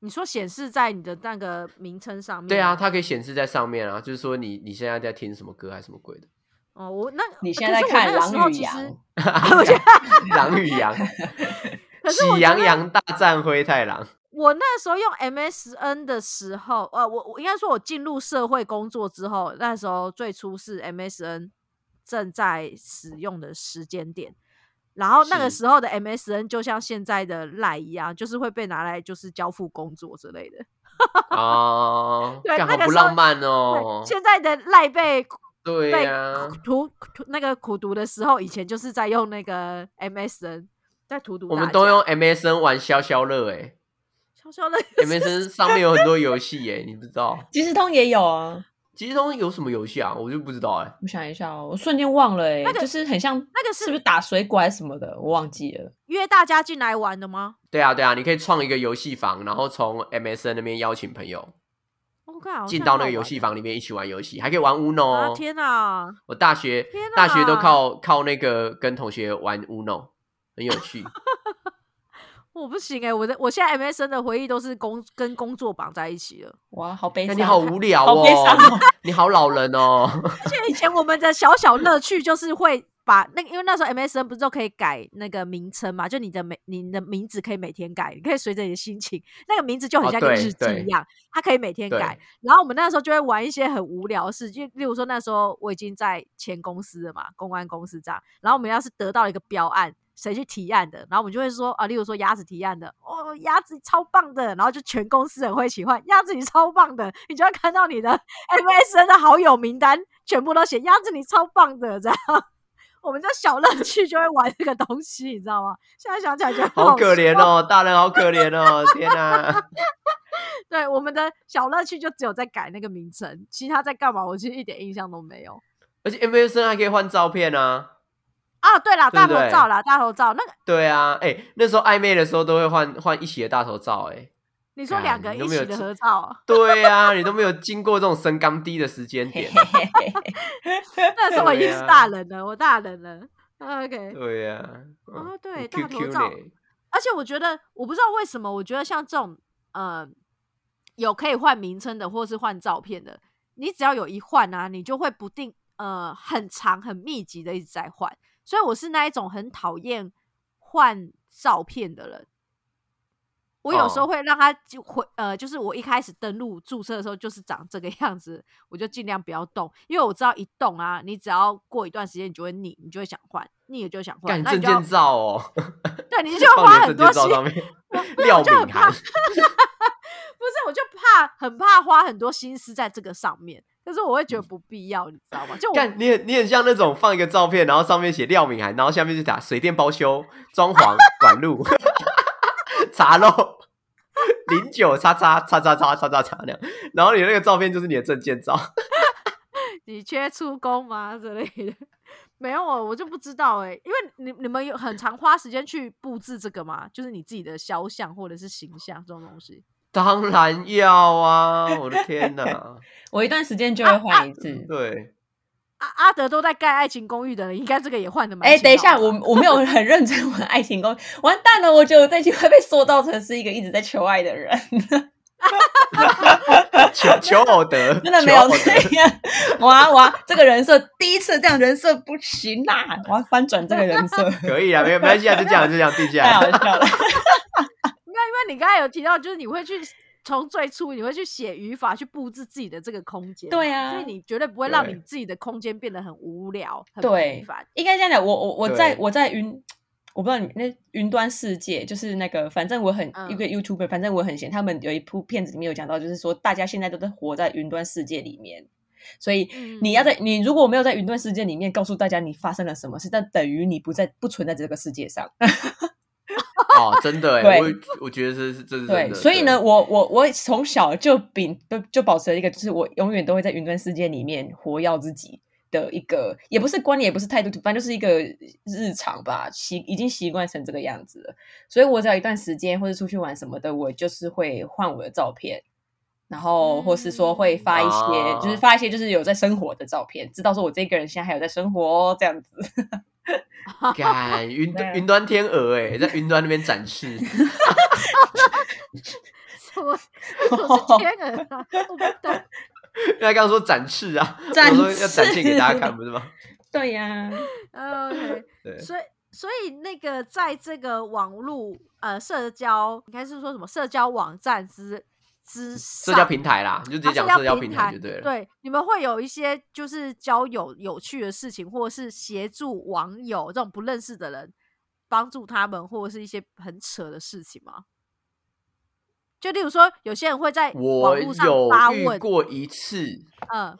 S1: 你说显示在你的那个名称上面，
S2: 对啊，，它可以显示在上面啊，就是说你你现在在听什么歌还是什么鬼 的。
S1: 哦，我那
S3: 你
S1: 可
S3: 现在
S1: 是我
S3: 看
S1: 那个
S3: 狼
S1: 时候
S3: 与
S1: 其
S3: 羊
S1: 实
S2: 狼与羊，
S1: 可是我
S2: 喜
S1: 觉
S2: 羊
S1: 得
S2: 羊大战灰太 狼。
S1: 我那时候用 MSN 的时候，呃，我我应该说，我进入社会工作之后，那时候最初是 MSN 正在使用的时间点。然后那个
S2: 是
S1: 时候的 MSN 就像现在的赖一样，就是会被拿来就是交付工作之类的。
S2: 哦，
S1: 对
S2: 干
S1: 那
S2: 好
S1: 个
S2: 不
S1: 时候
S2: 浪漫
S1: 对
S2: 哦。嗯
S1: 现在的赖被
S2: 对
S1: 被
S2: 呀，
S1: 荼荼那个苦读的时候，以前就是在用那个 MSN 在荼毒大
S2: 我
S1: 家。
S2: 们都用 MSN 玩消消乐哎
S1: 悄悄的，
S2: ，MSN 上面有很多游戏哎，你不知道？
S3: 即时通也有啊。
S2: 即时通有什么游戏啊？我就不知道哎。
S3: 我想一下哦，我瞬间忘了哎、
S1: 那个
S3: 就是很像
S1: 那个
S3: 是
S1: 是
S3: 不是打水管什么的，我忘记了。
S1: 约大家进来玩的吗？
S2: 对啊，对啊，你可以创一个游戏房，然后从 MSN 那边邀请朋友。
S1: 我哦看
S2: 进到那个游戏房里面一起玩游戏，还可以玩 Uno
S1: 哦啊！
S2: 哦。
S1: 天哪，
S2: 我大学
S1: 天
S2: 大学都
S1: 哪
S2: 靠靠那个跟同学玩 Uno，很有趣。
S1: 我不行哎、我的我现在 MSN 的回忆都是工跟工作绑在一起了。
S3: 哇，好悲
S2: 那
S3: 伤，
S2: 你好
S1: 啊
S2: 无聊
S3: 好
S2: 哦
S3: 悲伤哦，
S2: 你好老人哦。
S1: 而且以前我们的小小乐趣就是会把那个，因为那时候 MSN 不是都可以改那个名称嘛，就你的每你的名字可以每天改，你可以随着你的心情，那个名字就很
S2: 哦
S1: 像一个
S2: 对
S1: 日记
S2: 对
S1: 一样，它可以每天
S2: 对
S1: 改。然后我们那时候就会玩一些很无聊的事，就例如说那时候我已经在前公司了嘛，公关公司这样，然后我们要是得到了一个标案。谁去提案的？然后我们就会说啊，例如说鸭子提案的，哦，鸭子超棒的，然后就全公司人会一起换鸭子你超棒的，你就要看到你的 MSN 的好友名单全部都写鸭子你超棒的，这样 我们就小乐趣就会玩这个东西，你知道吗？现在想起来就很
S2: 好可怜
S1: 笑。
S2: 哦，大人好可怜哦，天哪！
S1: 对，我们的小乐趣就只有在改那个名称，其他在干嘛，我其实一点印象都没有。
S2: 而且 MSN 还可以换照片啊。
S1: 啊，对啦，
S2: 对
S1: 大
S2: 不
S1: 头
S2: 对
S1: 照啦，大头照，那个
S2: 对啊，哎、那时候暧昧的时候都会换换一起的大头照、哎，
S1: 你说
S2: 干
S1: 两个
S2: 哎你
S1: 人一
S2: 都没有
S1: 起的
S2: 自
S1: 合照 啊，
S2: 对啊，你都没有经过这种身高低的时 间点，
S1: 那时候我已经
S2: 对
S1: 是
S2: 啊
S1: 大人了，我大人了。OK，
S2: 对呀、嗯
S1: 哦对
S2: 你
S1: 大头
S2: QQ
S1: 照
S2: 呢
S1: 而且我觉得，我不知道为什么，我觉得像这种呃，有可以换名称的，或是换照片的，你只要有一换啊，你就会不定呃很长很密集的一直在换。所以我是那一种很讨厌换照片的人。我有时候
S2: 哦
S1: 会让他就回呃，就是我一开始登录注册的时候就是长这个 样子，我就尽量不要动，因为我知道一动啊，你只要过一段时间你就会腻，你就会想换，腻了就会想换，
S2: 干
S1: 那你
S2: 证
S1: 就要
S2: 件照哦，
S1: 对， 你就要
S2: 放你
S1: 花
S2: 的
S1: 很
S2: 证
S1: 多
S2: 件
S1: 心
S2: 照上面
S1: 我，
S2: 廖
S1: 就很
S2: 敏
S1: 怕
S2: 涵，
S1: 不是，我就怕很怕花很多心思在这个上面，但是我会
S3: 嗯
S1: 觉得不必要，你知道吗？就我
S2: 干你很你很像那种放一个照片，然后上面写廖敏涵，然后下面就打水电包修、装潢、 管路、查漏、 零九叉叉叉叉叉叉叉叉那样，然后你那个照片就是你的证件照，
S1: 你缺出工吗之类的， 没有哦，我就不知道哎、因为你你们有很常花时间去布置这个吗？就是你自己的肖像或者是形象这种东西。
S2: 当然要啊！我的天哪，
S3: 我一段时间就会换一次。
S2: 对。
S1: 阿、阿德都在盖《爱情公寓》的人，应该这个也换的蛮。啊
S3: 哎、等一下，我我没有很认真玩爱情公寓，完蛋了！我觉得我这句会被塑造成是一个一直在求爱 的人，
S2: 求求偶得，
S3: 真的没有这样。哇哇，这个人设第一次这样人设不行啦、我要翻转这个人设，
S2: 可以啊，没有没关系啊，就这样就这样定下
S3: 太好
S2: 来。
S3: 笑了。
S1: 因为你刚才有提到，就是你会去从最初你会去写语法，去布置自己的这个空间嘛，
S3: 对啊
S1: 所以你绝对不会让你
S2: 对
S1: 自己的空间变得很无聊、很
S3: 对
S1: 平凡。
S3: 应该这样讲，我我我在
S2: 对
S3: 我在云，我不知道你那云端世界，就是那个，反正我很、
S1: 嗯
S3: 一个 YouTuber，反正我很闲。他们有一部片子里面有讲到，就是说大家现在都在活在云端世界里面，所以
S1: 嗯
S3: 你要在、你如果没有在云端世界里面告诉大家你发生了什么事，那等于你不在不存在这个世界上。
S2: 哦，真 的哎，
S3: 对
S2: 我我觉得这是这是真
S3: 对，
S2: 的。
S3: 所以呢，
S2: 对，
S3: 我我我从小就秉就就保持了一个，就是我永远都会在云端世界里面活耀自己的一个，也不是观念，也不是态度，反正就是一个日常吧，习已经习惯成这个样子了。所以我只要一段时间或者出去玩什么的，我就是会换我的照片。然后，或是说会发一些，
S2: 嗯
S3: 就是发一些就是有在生活的照片，知道说我这个人现在还有在生活、哦、这样 子。
S2: 干云
S3: 对啊
S2: 云端天鹅哎，在云端那边展 示，
S1: 我
S2: 哦
S1: 我是天鹅啊，我不懂。
S2: 因为他刚刚说展示啊，
S3: 展
S2: 我说要展现给大家
S3: 示
S2: 看，不是吗？
S3: 对呀、
S1: 呃 OK，
S2: 对，
S1: 所以所以那个在这个网络呃社交，应该是说什么社交网站之之
S2: 社
S1: 上
S2: 交平台啦，你就直接讲
S1: 啊
S2: 社交平
S1: 台
S2: 台就对了。
S1: 对，你们会有一些就是交友有趣的事情，或者是协助网友这种不认识的人，帮助他们，或者是一些很扯的事情吗？就例如说，有些人会在
S2: 我
S1: 网络上
S2: 有
S1: 发
S2: 遇
S1: 问，
S2: 过一次，
S1: 嗯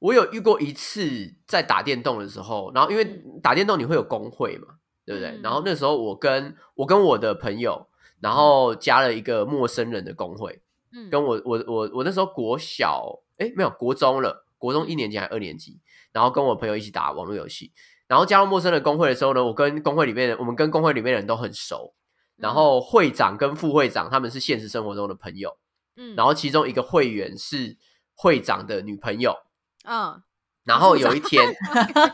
S2: 我有遇过一次在打电动的时候，然后因为
S1: 嗯
S2: 打电动你会有工会嘛，对不对？
S1: 嗯
S2: 然后那时候我跟我跟我的朋友，然后加了一个陌生人的工会，
S1: 嗯，
S2: 跟我我我我那时候国小哎没有国中了，国中一年级还是二年级，然后跟我朋友一起打网络游戏，然后加入陌生人工会的时候呢，我跟工会里面的我们跟
S1: 嗯
S2: 工会里面的人都很熟，然后会长跟副会长他们是现实生活中的朋友，
S1: 嗯，
S2: 然后其中一个会员是会长的女朋友，
S1: 嗯，
S2: 然后有一天，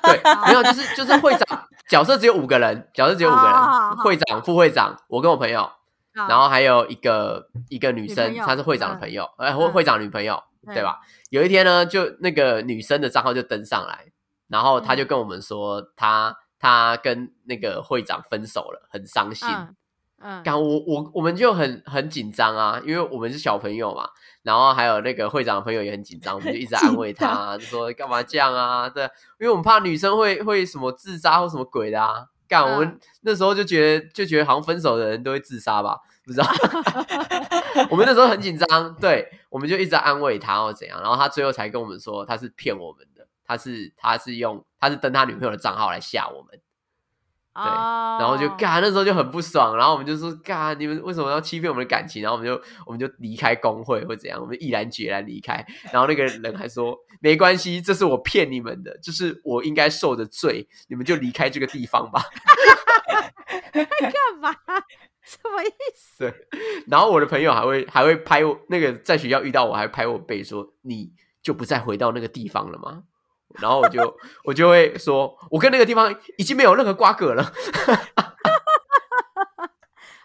S2: 对，没有，就是就是会长角色只有五个人，角色只有五个
S1: 哦好好
S2: 人，
S1: 好
S2: 会长、副会长，我跟我朋友，然
S1: 后
S2: 后还有一个一个女
S1: 女
S2: 生，
S1: 朋友
S2: 她是会长的朋友，哎、会
S1: 嗯
S2: 会长女朋友，
S1: 对
S2: 对吧？有一天呢，就那个女生的账号就登上来，然后她就跟我们说，她她跟那个会长分手了，很伤心。
S1: 嗯嗯，
S2: 干我我我们就很很紧张啊，因为我们是小朋友嘛，然后还有那个会长的朋友也很紧张，我们就一直 安慰他、就说干嘛这样啊？对，因为我们怕女生会会什么自杀或什么鬼的啊。干，我们
S1: 嗯
S2: 那时候就觉得就觉得好像分手的人都会自杀吧，不知道。 我们那时候很紧张，对，我们就一直在安慰他或怎样，然后他最后才跟我们说他是骗我们的，他是他是用他是登他女朋友的账号来吓我们。然
S1: 然
S2: 后就，干，那时候就很不爽，然后我们就说干，你们为什么要欺骗我们的感情？然后我们就我们就离开工会或怎样，我们毅然决然离开。然后那个人还说没关系，这是我骗你们的，就是我应该受的罪，你们就离开这个地方吧。
S1: 干嘛？ 什么意思？
S2: 然后我的朋友还会还会拍我那个在学校遇到我还拍我背说你就不再回到那个地方了吗？然后我就我就会说，我跟那个地方已经没有任何瓜葛了。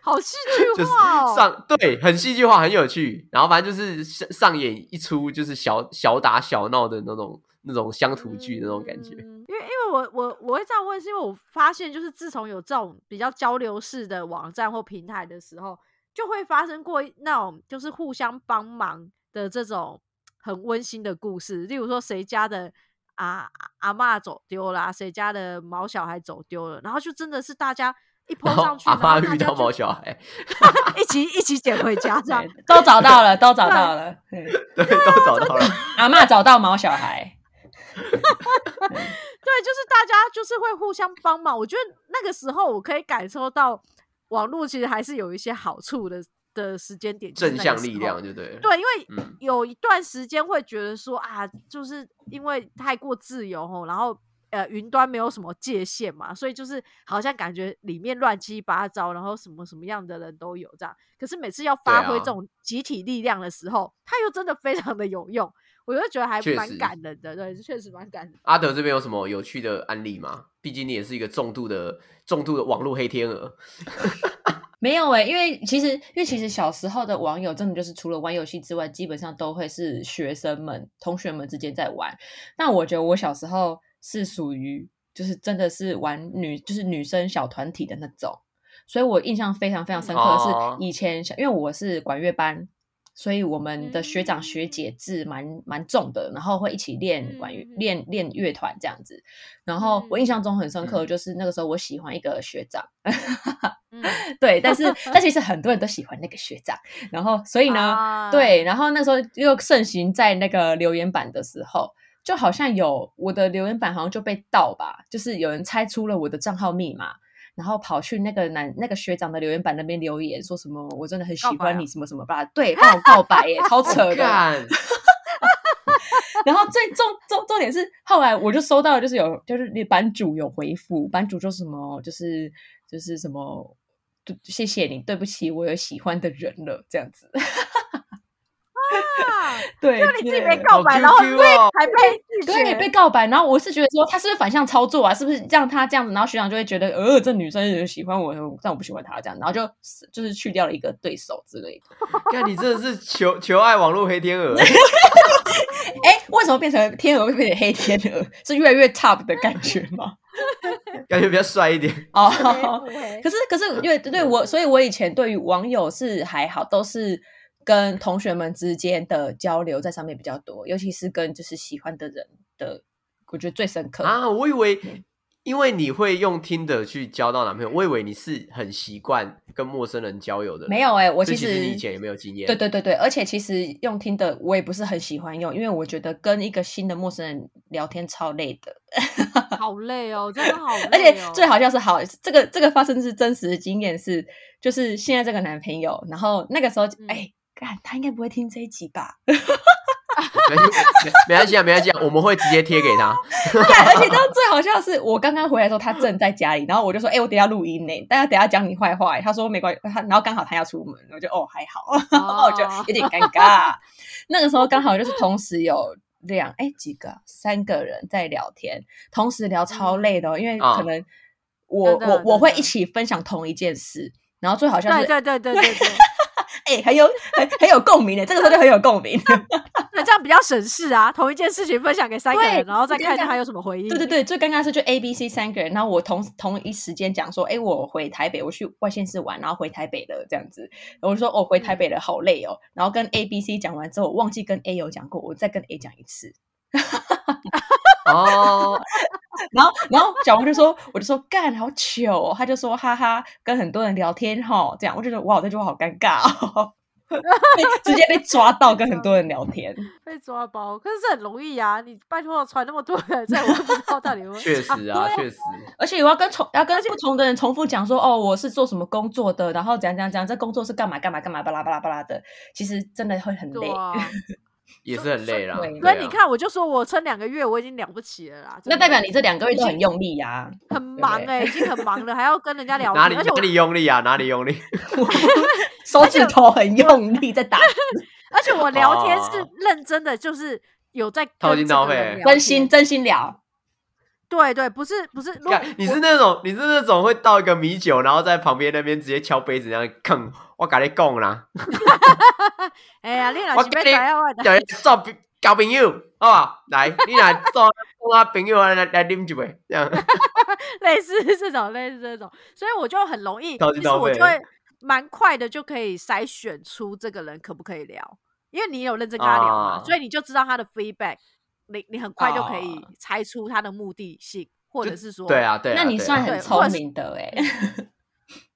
S1: 好戏剧
S2: 就是
S1: 化哦！
S2: 上对，很戏剧化，很有趣。然后反正就是上上演一出就是小小打小闹的那种那种乡土剧的那种感觉。
S1: 嗯因为因为我我我会这样问，是因为我发现就是自从有这种比较交流式的网站或平台的时候，就会发生过那种就是互相帮忙的这种很温馨的故事，例如说谁家的。啊阿嬷走丢啦，谁家的毛小孩走丢了，然后就真的是大家一抛
S2: 然后
S1: 上去，
S2: 阿
S1: 然
S2: 妈
S1: 后大
S2: 遇
S1: 家
S2: 到
S1: 就
S2: 毛小孩，
S1: 一起一起捡回家这样，
S3: 对都找到了，都找 到了。对，
S2: 对，
S1: 啊
S2: 都找到了。
S3: 阿嬷找到毛小孩，
S1: 对，就是大家就是会互相帮忙。我觉得那个时候我可以感受到网络其实还是有一些好处的的时间点，就是
S2: 正
S1: 那个
S2: 向
S1: 时
S2: 力
S1: 候
S2: 量，。对不对？
S1: 对，因为
S2: 嗯，
S1: 有一段时间会觉得说啊，就是因为太过自由吼，然后呃云端没有什么界限嘛，所以就是好像感觉里面乱七八糟，然后什么什么样的人都有这样。可是每次要发
S2: 对
S1: 挥
S2: 啊
S1: 这种集体力量的时候，它又真的非常的有用，我就觉得还
S2: 确
S1: 蛮
S2: 实
S1: 感人的，对，确实蛮感人的。
S2: 阿德这边有什么有趣的案例吗？毕竟你也是一个重度的重度的网络黑天鹅。
S3: 没有诶、因为其实因为其实小时候的网友真的就是除了玩游戏之外，基本上都会是学生们、同学们之间在玩。那我觉得我小时候是属于就是真的是玩女就是女生小团体的那种，所以我印象非常非常深刻
S2: 哦
S3: 的是以前小，因为我是管乐班。所以我们的学长学姐制蛮蛮重的，然后会一起练管
S1: 嗯
S3: 乐、
S1: 嗯嗯嗯
S3: 练练乐团这样子。然后我印象中很深刻，
S2: 嗯
S3: 就是那个时候我喜欢一个学长，
S1: 嗯，
S3: 对，但是但其实很多人都喜欢那个学长，然后所以呢，
S1: 啊
S3: 对，然后那时候又盛行在那个留言板的时候，就好像有我的留言板好像就被盗吧，就是有人猜出了我的账号密码。然后跑去那个男那个学长的留言板那边留言，说什么我真的很喜
S1: 告白
S3: 欢
S1: 啊
S3: 你，什么什么吧，对，帮我告 白耶，
S1: 哦
S3: 超扯的。
S2: 干，
S3: 然后最重重重点是，后来我就收到，就是有就是版主有回复，版主说什么就是就是什么，对，谢谢你，对不起，我有喜欢的人了，这样子。
S1: 啊
S3: 对，
S1: 就你自己没
S3: 对
S1: 告欸白，然后
S2: 好 QQ 哦
S1: 还被拒
S3: 哎对，
S1: 绝，
S3: 被告白，然后我是觉得说他是不是反向操作啊？是不是让他这样子？然后学长就会觉得，呃，这女生有喜欢我，但我不喜欢她这样，然后就就是去掉了一个对手之类的。
S2: 干，你真的是求求爱网络黑天 鹅。
S3: 哎，为什么变成天鹅会变成黑天鹅？ 是越来越 top 的感觉吗？
S2: 感觉比较帅一点。
S3: 哦，
S1: 回
S3: 可是可
S2: 嗯
S3: 是因为对我，所以我以前对于网友是还好，都是跟同学们之间的交流在上面比较多，尤其是跟就是喜欢的人的，我觉得最深刻。
S2: 啊，我以为因为你会用听的去交到男朋友，我以为你是很习惯跟陌生人交友的人。
S3: 没有哎、我
S2: 所以其
S3: 实
S2: 你以前也没有经验。
S3: 对对对对，而且其实用听的我也不是很喜欢用，因为我觉得跟一个新的陌生人聊天超累的，
S1: 好累哦，真的好累、哦，
S3: 而且最好笑 是好，这个这个发生是真实的经验是，就是现在这个男朋友，然后那个时候
S1: 嗯
S3: 哎。干，他应该不会听这一集吧？
S2: 没关系没关系啊，没关系啊，我们会直接贴给他。
S3: 对，而且到最好笑的是，我刚刚回来的时候，他正在家里，然后我就说：“哎、我等一下录音呢、大家等一下讲你坏话、欸他说：“没关系。”他然后刚好他要出门，我就哦还好，然后我就
S1: 哦
S3: 有点尴尬。那个时候刚好就是同时有两哎、几个啊三个人在聊天，同时聊超累的、哦，因为
S2: 啊
S3: 可能我、
S1: 嗯真的
S3: 我我会
S1: 真的
S3: 一起分享同一件事，然后最好笑
S1: 对
S3: 是
S1: 对对对对对，
S3: 哎、很有很很有共鸣的，这个时候就很有共鸣。
S1: 那这样比较省事啊。同一件事情分享给三个人，
S3: 对
S1: 然后再
S3: 就这样
S1: 看他有什么回应。
S3: 对对对，最尴尬的是就 A、B、C 三个人，然后我同同一时间讲说，哎，我回台北，我去外县市玩，然后回台北了这样子。我就说我、哦回台北了，好累哦。然后跟 A、B、C 讲完之后，我忘记跟 A 有讲过，我再跟 A 讲一次。
S2: 哦，
S3: 然后然后小王就说，我就说干好糗哦，他就说哈哈，跟很多人聊天哈、这样我就觉得哇，这句话好尴尬哦， 被直接被抓到跟很多人聊天。
S1: 被抓包，可是这很容易啊！你拜托传那么多人，这我不知道到底有没有。
S2: 确实啊，确实。
S3: 而且我要跟重要跟不同的人重复讲说，哦，我是做什么工作的，然后怎样怎样怎样，这工作是干嘛干嘛干嘛，巴拉巴拉巴拉的，其实真的会很累
S1: 对。啊，
S2: 也是很累啦。
S3: 对
S1: 所
S2: 对
S1: 以你
S2: 啊，
S1: 看，我就说我撑两个月，我已经了不起了啦。真
S3: 那
S1: 的
S3: 代表你这两个月
S1: 已
S3: 都
S1: 经
S3: 很用力啊呀、
S1: 很
S3: 不
S1: 忙
S3: 对
S1: 哎、已经很忙了，还要跟人 家聊
S2: 哪里
S1: 天，而且我
S2: 哪里用力啊？哪里用力？
S3: 手指头很用力在打，
S1: 而且我聊天是
S2: 哦
S1: 认真的，就是有在
S2: 掏
S1: 跟
S2: 心
S1: 这
S2: 掏
S1: 个人
S2: 肺
S1: 聊
S3: 真心
S1: 天
S3: 真心聊。
S1: 对对，不是不是，如果
S2: 干你是那种你是那种会倒一个米酒，然后在旁边那边直接敲杯子那样坑，我跟你讲啦，
S1: 哎呀，你老
S2: 我
S1: 是被
S2: 跟你
S1: 打要我的，
S2: 叫你做朋交朋友，好吧？来，你来做做啊朋友来来来啉一杯，这样
S1: 类似这种类似这种，所以我就很容易，
S2: 掏
S1: 其
S2: 心
S1: 实
S2: 掏
S1: 我
S2: 肺
S1: 就会蛮快的就可以筛选出这个人可不可以聊，因为你有认真跟他聊嘛，
S2: 啊
S1: 所以你就知道他的 feedback，你你很快就可以
S3: 啊
S1: 猜出他的目的性，或
S2: 就
S1: 者是说
S2: 对。啊对啊。
S3: 那你
S2: 对啊
S1: 对
S3: 算很
S1: 或者
S3: 聪
S1: 是
S3: 明的哎、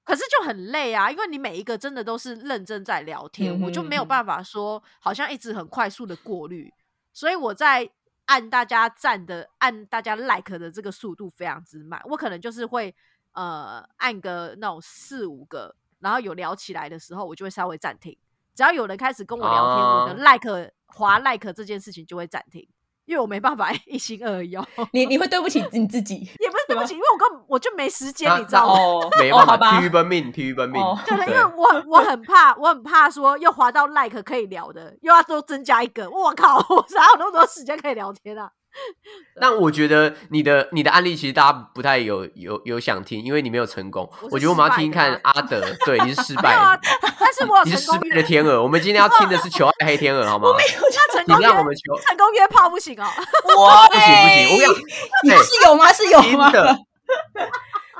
S1: 可是就很累啊，因为你每一个真的都是认真在聊天，我就没有
S3: 嗯哼
S1: 办法说好像一直很快速的过滤，所以我在按大家赞的、按大家 like 的这个速度非常之慢，我可能就是会呃按个那种四五个，然后有聊起来的时候，我就会稍微暂停。只要有人开始跟我聊天，我
S3: 哦
S1: 的 like 划 like 这件事情就会暂停，因为我没办法 一心二用，
S3: 你你会对不起你 自己
S1: 也不是对不起，因为我根本我就没时间
S2: 那，
S1: 你知道吗？
S3: 哦，
S2: 没
S3: 哦
S2: 办
S3: 好
S2: 法，
S3: 吧
S2: 疲于，奔命， 疲于奔命
S3: 哦。
S1: 对啊因为我很我很怕，我很怕说又滑到 like 可以聊的，又要多增加一个。我靠， 我哪有那么多时间可以聊天啊？
S2: 但我觉得你的你的案例其实大家不太有有有想听，因为你没有成功。
S1: 我是
S2: 我觉得我们要
S1: 失败
S2: 听听
S1: 的啊
S2: 看阿德，对，你是失
S1: 没
S2: 败
S1: 有啊
S2: 的，，
S1: 但是我有
S2: 你是失
S1: 成功
S2: 败的
S1: 约，
S2: 天鹅。我们今天要听的是求爱黑 天鹅，好吗？
S1: 那成
S2: 你
S1: 功约
S2: 让我们求
S1: 成功约炮不行哦，
S3: 我
S2: 不行不行，我要
S3: 你
S2: 对
S3: 哎是有吗？是有吗
S2: 听？的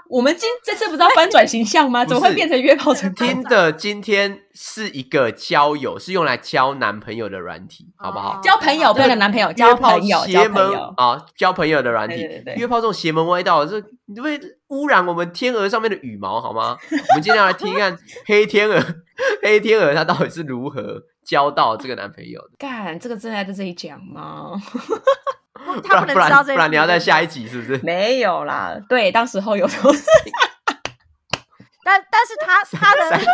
S3: 我们今这次不是要翻转形象吗？
S2: 不
S3: 怎么会
S2: 是
S3: 变成约炮成功？
S2: 听的，今天是一个交友，是用来交男朋友的软体，好不好
S1: 哦？
S3: 交朋友不要讲男朋友，
S2: 约
S3: 交
S2: 炮
S3: 朋友，
S2: 邪
S3: 交朋
S2: 门
S3: 友。
S2: 啊，交朋友的软体
S3: 对对对，
S2: 约炮这种邪门歪道，这你会污染我们天鹅上面的羽毛，好吗？我们今天要来听一看黑天鹅， 黑天鹅它到底是如何交到这个男朋友的？
S3: 干，这个真的要在这里讲吗？
S1: 不
S2: 不
S1: 他不
S2: 然
S1: 能
S2: 不
S1: 知道
S2: 然
S1: 这
S2: 不
S1: 一
S2: 然你要在
S1: 在
S2: 下一集是不是？
S3: 没有啦，对，当时候有 不是
S1: 但但是 他他的
S2: 三
S3: 因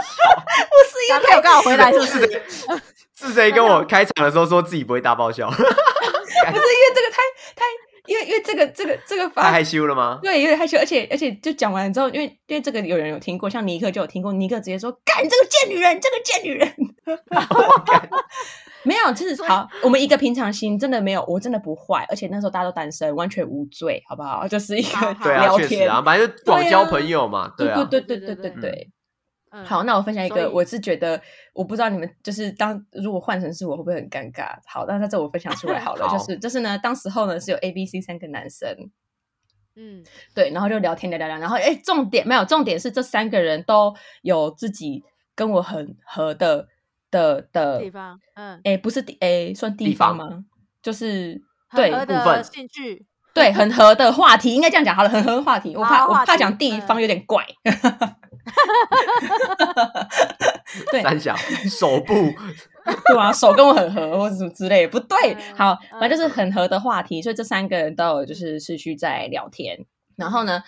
S1: 男
S3: 为
S1: 朋友刚好回来，是不
S2: 是
S1: 是？
S2: 谁是谁跟我开场的时候说自己不会大爆笑？
S3: 不是因为这个太太，因为因为这个这个这个
S2: 太
S3: 发
S2: 害羞了吗？
S3: 对有点害羞，而且而且就讲完之后，因为因为这个有人有听过，像尼克就有听过，尼克直接说干这个贱女人，这个贱女 人。没有，就是好，我们一个平常心，真的没有，我真的不坏，而且那时候大家都单身，完全无罪，好不好？就是一
S1: 好
S3: 个
S1: 好
S2: 对啊，
S3: 聊
S2: 确实
S3: 天，
S2: 啊，反正就广
S3: 对啊
S2: 交朋友嘛，对啊，
S3: 对对对对
S1: 对
S3: 对
S2: 对
S3: 对。
S1: 嗯
S3: 好，，那我分享一
S1: 所以
S3: 个，我是觉得我不知道你们就是当如果换成是我会不会很尴尬？好，那在这我分享出 来好了，
S2: 好
S3: 就是就是呢，当时候呢是有 A、B、C 三个男生，
S1: 嗯，
S3: 对，然后就聊天聊聊聊，然后哎，重点没有，重点是这三个人都有自己跟我很合的的的
S1: 地，方，嗯，
S3: 哎，不是地哎，算地
S2: 地
S3: 方
S2: 方
S3: 吗？就是
S1: 很
S3: 对
S1: 合
S2: 部
S1: 的
S2: 分
S1: 兴趣，
S3: 对，很合的话题，应该这样讲好了，很合的话题，我怕
S1: 好
S3: 我
S1: 话
S3: 怕
S1: 题
S3: 讲地
S1: 嗯
S3: 方有点怪， 对
S2: 三小手部
S3: 对啊，手跟我很合，或者什么之类的，不对
S1: 嗯。
S3: 好，
S1: 嗯
S3: 反正就是很合的话题，所以这三个人都有就是持续在聊天。然后呢，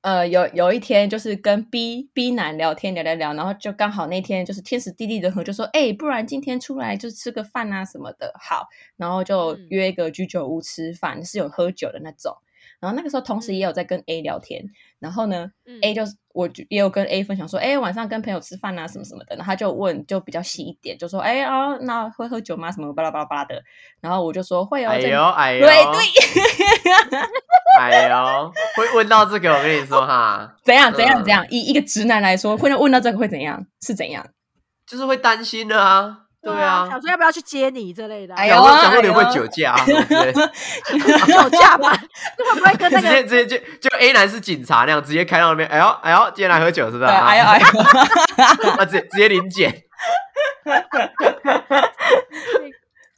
S3: 呃，有有一天就是跟 B B 男聊天聊聊聊，然后就刚好那天就是天时地利人和，就说哎、不然今天出来就吃个饭啊什么的，好，然后就
S1: 嗯
S3: 约一个居酒屋吃饭，是有喝酒的那种。然后那个时候同时也有在跟 A 聊天，然后呢，
S1: 嗯
S2: 哎
S3: A 就是我就也有跟 A 分享说，哎、晚上跟朋友吃饭啊，什么什么的，然后他就问，就比较细一点，就说，哎、啊，那会喝酒吗？什么巴拉巴拉巴拉的，然后我就说会哦，
S2: 哎
S3: 这
S2: 呦
S3: 样
S2: 哎
S3: 对
S2: 呦，
S3: 对，
S2: 哎呦，会问到这个，我跟你说哈，
S3: 怎样怎样
S2: 嗯
S3: 怎样，以一个直男来说，会问到这个会怎样？是怎样？
S2: 就是会担心的啊，对啊，
S1: 想说要不要去接你之类的啊，
S3: 哎呦
S2: 想说想说你
S3: 哎呦
S2: 会酒驾 啊，对不对
S1: 酒驾吧？ 会不会跟那
S2: 直接
S1: 个？
S2: 直接就就 A 男是警察那样，直接开到那边，哎呦哎呦，今天来喝酒是不是
S3: 对，
S2: 啊？
S3: 哎 呦哎呦，
S2: 啊，直接直接零 检。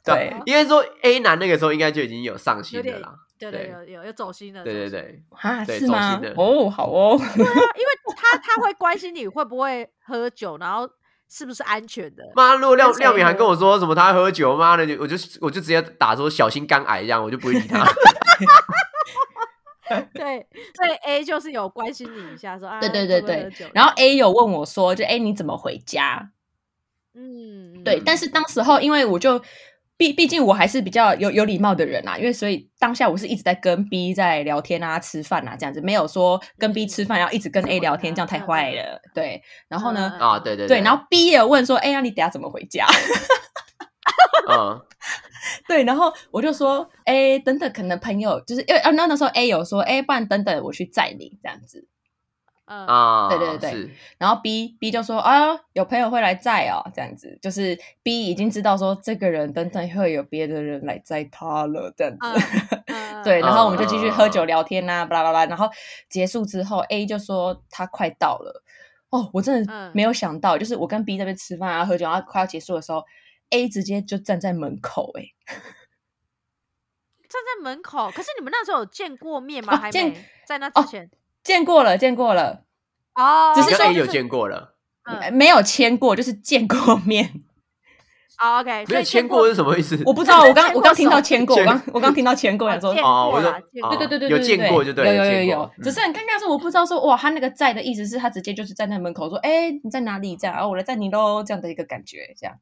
S3: 对，
S2: 因为说 A 男那个时候应该就已经有上心的啦，
S1: 对对，
S2: 对
S1: 有有有走心的，
S2: 对对
S1: 走心。
S2: 对，
S3: 啊，
S2: 对
S3: 是吗
S2: 走心的？
S3: 哦，好哦，
S1: 对啊因为他他会关心你会不会喝酒，然后是不是安全的。
S2: 妈，如果廖
S3: 那谁
S2: 廖敏涵
S3: 呢
S2: 跟我说什么他喝酒，妈的，我就我就直接打说小心肝癌这样，我就不会理 他。
S1: 对，所以 A 就是有关心你一下，说啊，
S3: 对对
S1: 会
S3: 对
S1: 不会喝
S3: 对
S1: 酒。
S3: 然后 A 有问我说，就哎、你怎么回家？
S1: 嗯，
S3: 对，
S1: 嗯
S3: 但是当时候因为我就毕毕竟我还是比较有有礼貌的人啦、啊因为所以当下我是一直在跟 B 在聊天啊、吃饭啊这样子，没有说
S1: 嗯
S3: 跟 B 吃饭然后一直跟 A 聊天，这样太坏了。对，然后呢，
S1: 嗯
S2: 啊，对对
S3: 对，然后 B 也有问说，哎、那你等下怎么回家？
S2: 嗯，
S3: 对，然后我就说，哎、等等，可能朋友就是因为啊，那那时候 A 有说，哎、不然等等我去载你这样子。
S1: 嗯
S2: 啊，
S3: 对对对
S2: 是，
S3: 然后 B B 就说啊，有朋友会来载哦，这样子，就是 B 已经知道说这个人等等会有别的人来载他了，这样子。
S1: 嗯
S3: 对，然后我们就
S2: 嗯
S3: 继续喝酒聊天呐、啊，巴拉巴拉。然后结束之后，A 就说他快到了。哦，我真
S1: 嗯
S3: 的没有想到，就是我跟 B 这边吃饭啊、喝酒，然后快要结束的时候，A 直接就站在门口、欸，
S1: 站在门口。可是你们那时候有见过面吗？
S3: 哦
S1: 还
S3: 见
S1: 没，在那
S3: 哦
S1: 之前
S3: 见过了，见过了，
S1: 哦，
S3: 只
S2: 你
S3: 是
S2: 跟
S3: 说
S2: A
S3: 就
S2: 有见过了，
S1: 嗯
S3: 没有牵过，就是见过面。
S1: 哦，OK，
S2: 没
S1: 所
S2: 有
S1: 以
S2: 牵
S1: 过
S2: 过是什么意思？
S3: 我不知道，我刚
S1: 牵过
S3: 我刚听到牵过，
S2: 手
S3: 我刚我刚听到牵过，
S1: 哦
S3: 想说
S1: 见
S2: 哦，我
S1: 过
S2: 说
S1: 啦见
S2: 哦
S1: 过
S3: 对对对对，
S2: 有
S3: 对
S2: 见过就对了，
S3: 有有有
S2: 见
S3: 有
S2: 过嗯
S3: 有，只是很尴尬，是我不知道说哇，他那个在的意思是他直接就是站在门口说，哎、你在哪里？这样，啊，我来载你喽，这样的一个感觉，这样。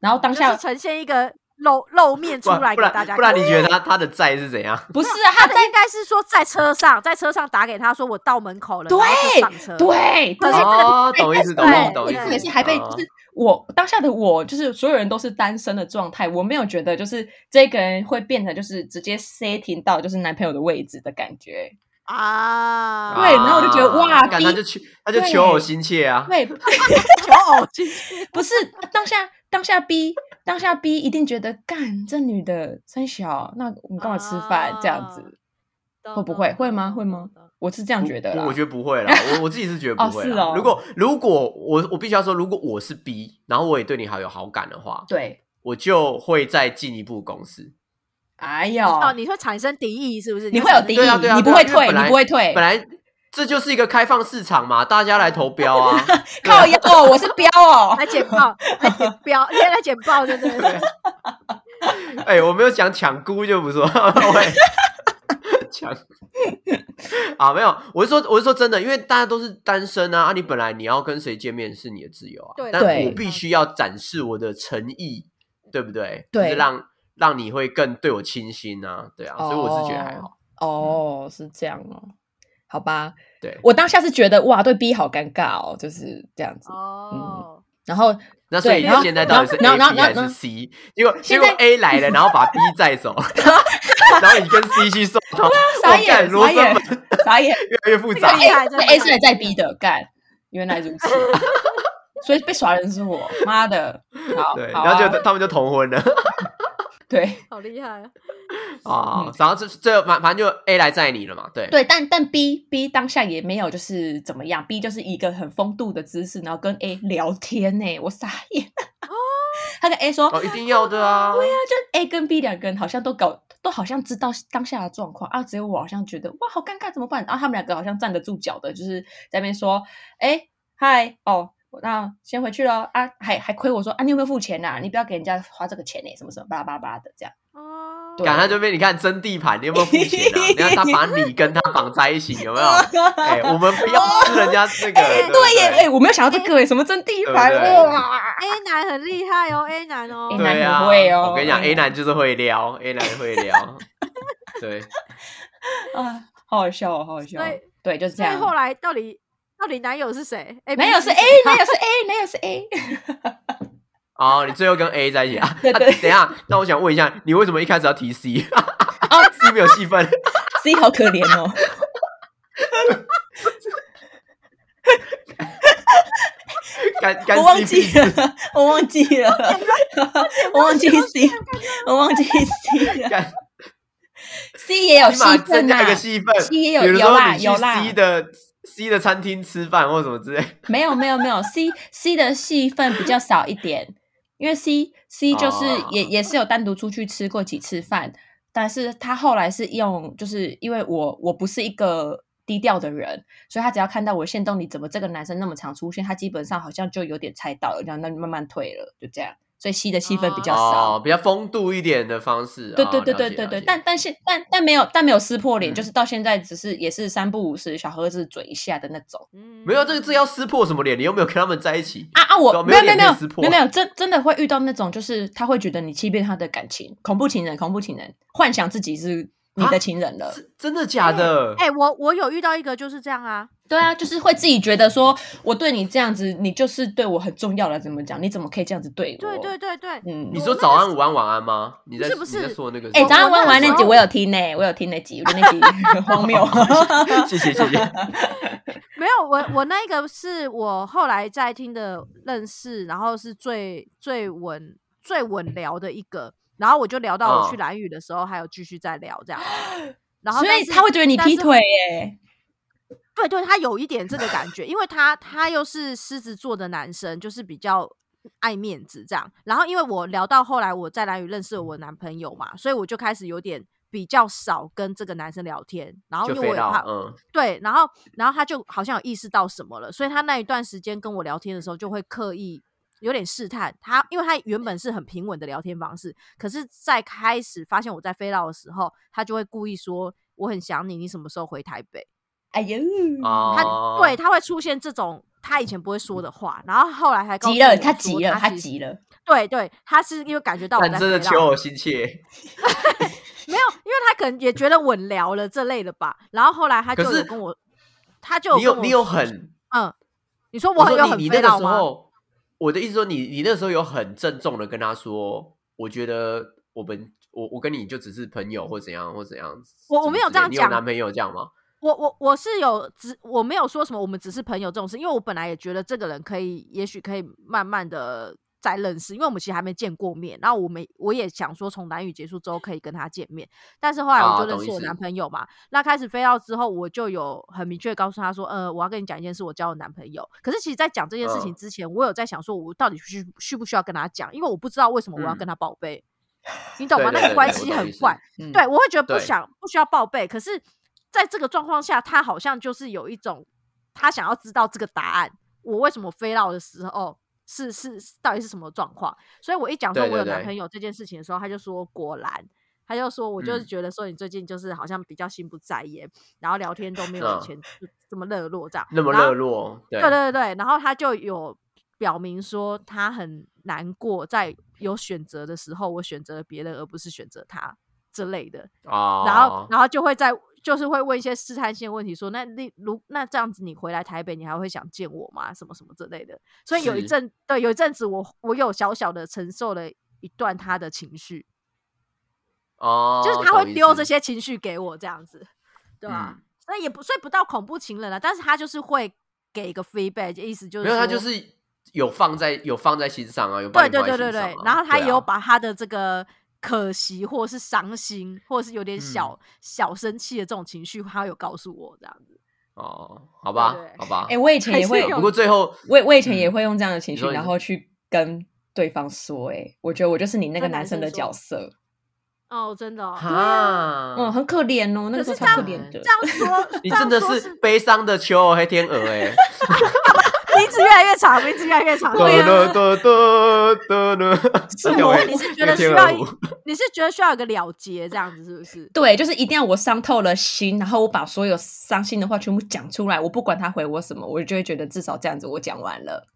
S3: 然后当
S1: 就
S3: 下、
S1: 是呈现一个露露面出
S2: 不
S1: 来
S2: 然
S1: 给
S2: 不
S1: 大
S2: 然
S1: 家看。
S2: 不然你觉得他他的债是怎样？
S3: 不是啊，他
S1: 他的应该是说在车上，在车上打给他说我到门口了，然后就
S3: 对
S1: 上车。
S3: 对
S1: 可是
S3: 对
S2: 哦，懂意思，懂意思，
S1: 对
S2: 懂
S3: 我
S1: 对
S2: 意思。
S3: 重点是还被
S2: 哦
S3: 就是我当下的我，就是所有人都是单身的状态，我没有觉得就是这个人会变成就是直接 setting 到就是男朋友的位置的感觉。
S1: 啊，
S3: 对然后我就觉得哇
S2: 哦干
S3: 逼
S2: 他就求他就
S3: 对
S2: 求偶心切啊，
S3: 对，
S1: 求偶经
S3: 不是当下当下 B 当下 B 一定觉得干这女的真小，那我们干嘛吃饭、这
S1: 啊
S3: 样
S2: 哦
S3: 子？会不会会吗会吗？我是这样
S2: 不
S3: 觉得
S2: 不
S3: 啦。
S2: 我觉得不会啦，我我自己是觉得
S3: 哦
S2: 不会
S3: 是
S2: 啦。
S3: 哦
S2: 如果如果我我必须要说，如果我是 B，然后我也对你好有好感的话，
S3: 对，
S2: 我就会再进一步攻势。
S3: 哎呦，
S1: 哦，你会产生敌意是不是？
S3: 你会有敌意，
S2: 对啊对啊
S3: 你不
S2: 对啊
S3: 会
S2: 因为
S3: 退，
S2: 本
S3: 你
S2: 来
S3: 不会退，
S2: 本来这就是一个开放市场嘛，大家来投标啊。
S3: 靠腰哦，我是标哦，啊
S1: 来剪报，来 剪标，先来剪报，对对对。
S2: 哎、我没有讲抢姑就 不错， 喂，抢啊没有，我是说我是说真的，因为大家都是单身啊，啊你本来你要跟谁见面是你的自由啊，
S1: 对
S2: 但
S3: 对
S2: 我必须要展示我的诚意，对不对？
S3: 对
S2: 就是让让你会更对我倾心啊，对啊，所以我是觉得还好，
S3: 哦，
S2: 嗯
S3: 是这样哦，好吧，
S2: 对。
S3: 我当下是觉得哇，对 B 好尴尬哦，就是这样子。
S1: 哦，
S3: 然 后
S2: 那所以
S3: 对然后
S2: 现在到底是
S3: 然
S2: A
S3: 后然后
S2: B
S3: 然后
S2: 还
S3: 然
S2: 是
S3: 后
S2: C？结果结
S3: 现
S2: 果
S3: 在
S2: A 来了，然后把 B 载 走， 然后你跟 C 去送头，我
S3: 傻
S2: 干
S3: 眼
S2: 罗
S3: 傻
S2: 生
S3: 眼
S2: 门
S3: 傻眼，
S2: 越来越复
S1: 这
S2: 杂
S1: 个。厉害
S3: 这
S1: 真的
S3: 哎 A 是来在 B 的，干，原来如 此，所以被耍人是我，妈的，好，
S2: 对，
S3: 好
S2: 然后
S3: 啊
S2: 就他们就同婚了
S3: 对
S1: 好厉害！
S2: 啊，然后这这反反正就 A 来载你了嘛，对
S3: 嗯对，但但 B B 当下也没有就是怎么样，B 就是一个很风度的姿势，然后跟 A 聊天呢、我傻眼， 他跟 A 说，
S2: 哦哦，一定要的啊，
S3: 对啊，就 A 跟 B 两个人好像都搞，都好像知道当下的状况啊，只有我好像觉得哇，好尴尬，怎么办？然后他们两个好像站得住脚的，就是在那边说，哎，嗨，哦，那先回去咯。啊，还还亏我说啊，你有没有付钱呐、啊？你不要给人家花这个钱呢、什么什么巴拉巴拉巴拉的这样。
S1: 哦，
S3: 对
S2: 赶他这边，你看争地盘，你有没有付钱 啊？你看他把你跟他绑在一起，有没有？哎，我们不要吃人家那个。
S3: 哎
S2: 不
S3: 对耶，哎，我没有想到这个耶，什么真地盘
S2: 对不对
S3: 哇！
S1: A 男很厉害哦，A 男哦
S3: 啊 A 男
S2: 对啊，
S3: 很会哦
S2: 我跟你讲
S3: A
S2: ，A
S3: 男
S2: 男就是会撩，A 男会撩。 对，
S3: 啊，好好笑哦，好好笑哦
S1: 所以。
S3: 对，就是这
S1: 所以
S3: 样。
S1: 后来到底到底男友是谁？哎，
S3: 男友是 A，男友是 A，男友是 A。
S2: 哦，你最后跟 A 在一起啊？
S3: 对
S2: 啊
S3: 对
S2: 等一下，那我想问一下，你为什么一开始要提 C？C
S3: 哦
S2: 没有戏份，
S3: ，C 好可怜哦。
S2: 干干
S3: 我忘
S2: C
S3: 记了，我忘记了，我忘记 C，我忘记 C 了。
S2: 干
S3: C 也有
S2: 起
S3: 戏
S2: 码增
S3: 份
S2: 加
S3: 啊
S2: 一个，戏份。
S3: C 也有
S2: 比如
S3: 有
S2: 说
S3: 啦
S2: 你去
S3: 有啦
S2: C 的 C 的餐厅吃饭或什么之类。
S3: 没有没有没有，C C 的戏份比较少一点，因为 C C 就是
S2: 哦
S3: 也也是有单独出去吃过几次饭，但是他后来是用，就是因为我我不是一个低调的人，所以他只要看到我线动里怎么这个男生那么常出现，他基本上好像就有点猜到了，然后那就慢慢退了，就这样，所以 C 的戏份比较少。
S2: 哦，比较风度一点的方式。
S3: 对
S2: 哦
S3: 对对
S2: 了
S3: 对
S2: 解
S3: 对
S2: 了
S3: 对，
S2: 解
S3: 但但现但但没有但没有撕破
S2: 嗯
S3: 脸，就是到现在只是也是三不五时小盒子嘴一下的那种
S1: 没
S2: 没有这个这要撕破什么脸？你又没有跟他们在一起。
S3: 啊啊！
S2: 对
S3: 我
S2: 啊
S3: 没有
S2: 没有
S3: 没有没
S2: 脸
S3: 有
S2: 可以撕破
S3: 没有没有，真真的会遇到那种，就是他会觉得你欺骗他的感情，恐怖情人恐怖情人，幻想自己是你
S2: 啊
S3: 的情人了。
S2: 是真的假的？
S1: 哎，我我有遇到一个就是这样啊，
S3: 对啊，就是会自己觉得说我对你这样子，你就是对我很重要了，怎么讲？你怎么可以这样子对我？
S1: 对对，对对，
S3: 嗯
S2: 你。说早安、午安、晚安吗？你在
S1: 不是不是
S2: 你在说那个？
S3: 哎、早安
S1: 我
S3: 晚安
S1: 那
S3: 那集
S1: 时候
S3: 我有听呢、我有听那集，我觉得那集很荒谬。
S2: 谢谢 谢谢。
S1: 没有，我我那个是我后来在听的认识，然后是最最稳最稳聊的一个，然后我就聊到我去
S2: 嗯
S1: 蓝屿的时候，还有继续再聊这样子。然后
S3: 所
S1: 但
S3: 以
S1: 是
S3: 他会觉得你
S1: 但
S3: 劈
S1: 是
S3: 腿耶、
S1: 对对，他有一点这个感觉，因为他他又是狮子座的男生，就是比较爱面子这样。然后因为我聊到后来，我在蓝屿认识了我男朋友嘛，所以我就开始有点比较少跟这个男生聊天。然后
S2: 就
S1: 因为我
S2: 飞
S1: 也
S2: 到
S1: 怕，
S2: 嗯，
S1: 对，然后然后他就好像有意识到什么了，所以他那一段时间跟我聊天的时候，就会刻意有点试探他，因为他原本是很平稳的聊天方式，可是，在开始发现我在飞到的时候，他就会故意说我很想你，你什么时候回台北？
S3: 哎呦，
S1: 他、
S2: 哦，
S1: 对，他会出现这种他以前不会说的话，然后后来还告
S3: 急
S1: 诉
S3: 了，
S1: 我
S3: 他
S1: 说
S3: 急了，他
S1: 其实，
S3: 急了。
S1: 对对，他是因为感觉到我在
S2: 但真的
S1: 飞
S2: 求
S1: 到
S2: 我心切。
S1: 没有，因为他可能也觉得稳聊了这类的吧，然后后来他
S2: 可
S1: 就有
S2: 是
S1: 跟我，他就
S2: 你
S1: 有
S2: 有
S1: 跟
S2: 你
S1: 我
S2: 有很，
S1: 嗯，你说我
S2: 我
S1: 很有
S2: 说
S1: 很
S2: 你你那
S1: 飞
S2: 个
S1: 到
S2: 时
S1: 吗？
S2: 候，我的意思说你你那时候有很郑重的跟他说，我觉得我们我我跟你就只是朋友或怎样或怎样。
S1: 我我没有
S2: 什么
S1: 这样
S2: 之类你
S1: 讲
S2: 有男朋友这样吗？
S1: 我我我是有只我没有说什么，我们只是朋友这种事，因为我本来也觉得这个人可以，也许可以慢慢的再认识，因为我们其实还没见过面。然后我们我也想说，从南语结束之后可以跟他见面，但是后来
S2: 啊
S1: 我就认
S2: 懂
S1: 识
S2: 意
S1: 我
S2: 思
S1: 男朋友嘛。那开始飞到之后，我就有很明确地告诉他说，呃，我要跟你讲一件事，我交我男朋友。可是其实，在讲这件事情
S2: 嗯
S1: 之前，我有在想说，我到底需需不需要跟他讲，因为我不知道为什么我要
S2: 嗯
S1: 跟他报备，你懂吗？
S2: 对对
S1: 那
S2: 对
S1: 个关
S2: 对我
S1: 系
S2: 懂
S1: 很
S2: 意思
S1: 怪。
S3: 嗯
S1: 对，我会觉得不
S2: 对
S1: 想不需要报备，可是在这个状况下，他好像就是有一种他想要知道这个答案，我为什么飞到的时候是是是到底是什么状况？所以我一讲说
S2: 对
S1: 我有
S2: 对
S1: 男
S2: 对
S1: 朋友这件事情的时候，他就说果然。他就说：“我就是
S2: 嗯
S1: 觉得说你最近就是好像比较心不在焉，然后聊天都没有以
S2: 嗯
S1: 前这这么热络这样。
S2: 那么
S1: 然后
S2: 热络，对
S1: 对对对，然后他就有表明说他很难过，在有选择的时候，我选择了别人而不是选择他之类的，
S2: 啊，
S1: 然后然后就会在就是会问一些试探性的问题说，那例如那这样子你回来台北，你还会想见我吗？什么什么之类的。所以有一
S2: 是
S1: 阵对有一阵子我我有小小的承受了一段他的情绪，
S2: 哦，
S1: 就是他会
S2: 懂意
S1: 丢
S2: 思
S1: 这，些情绪给我这样子，对啊，
S2: 嗯
S1: 所以也不所以不到恐怖情人啊了，但是他就是会给一个 feedback，意思就是
S2: 没有他
S1: 说
S2: 就是有放在有放在心上啊，有把
S1: 对
S2: 你
S1: 对
S2: 放
S1: 对对
S2: 在心上
S1: 对
S2: 啊，
S1: 然后他也
S2: 对啊
S1: 有把他的这个可惜或是伤心，或者是有点小、
S2: 嗯
S1: 小生气的这种情绪，他有告诉我这样子。
S2: 哦，好吧
S1: 对对，
S2: 好吧
S3: 哎、，我以前
S1: 还
S3: 也
S1: 是
S3: 会
S1: 有
S2: 不过最 后
S3: 我我以前也
S2: 嗯
S3: 会用这样的情
S2: 你
S3: 绪，
S2: 说你
S3: 然
S2: 是
S3: 后去跟对方说、欸，哎，我觉得我就是你那
S1: 跟
S3: 个
S1: 男
S3: 男生
S1: 生
S3: 的
S1: 说
S3: 角色，
S1: 哦，真的、哦，
S2: 哈，
S3: 嗯，很可怜哦，那
S1: 可
S3: 个时候
S1: 是
S3: 超
S1: 这
S3: 可
S1: 样
S3: 怜的
S1: 这。样说，
S2: 你
S1: 这样
S2: 真的哦
S1: 说
S2: 欸是悲伤的秋儿黑天鹅哎、
S1: 名字越来越长，名字越来越长。
S3: 对啊
S2: 得得得得，
S3: 什么
S2: 跳舞
S1: 你是觉得
S2: 那个
S1: 需
S2: 天
S1: 要
S2: 鹅
S1: 一
S2: 舞，
S1: 你是觉得需要一个了结这样子，是不是？
S3: 对，就是一定要我伤透了心，然后我把所有伤心的话全部讲出来，我不管他回我什么，我就会觉得至少这样子我讲完了。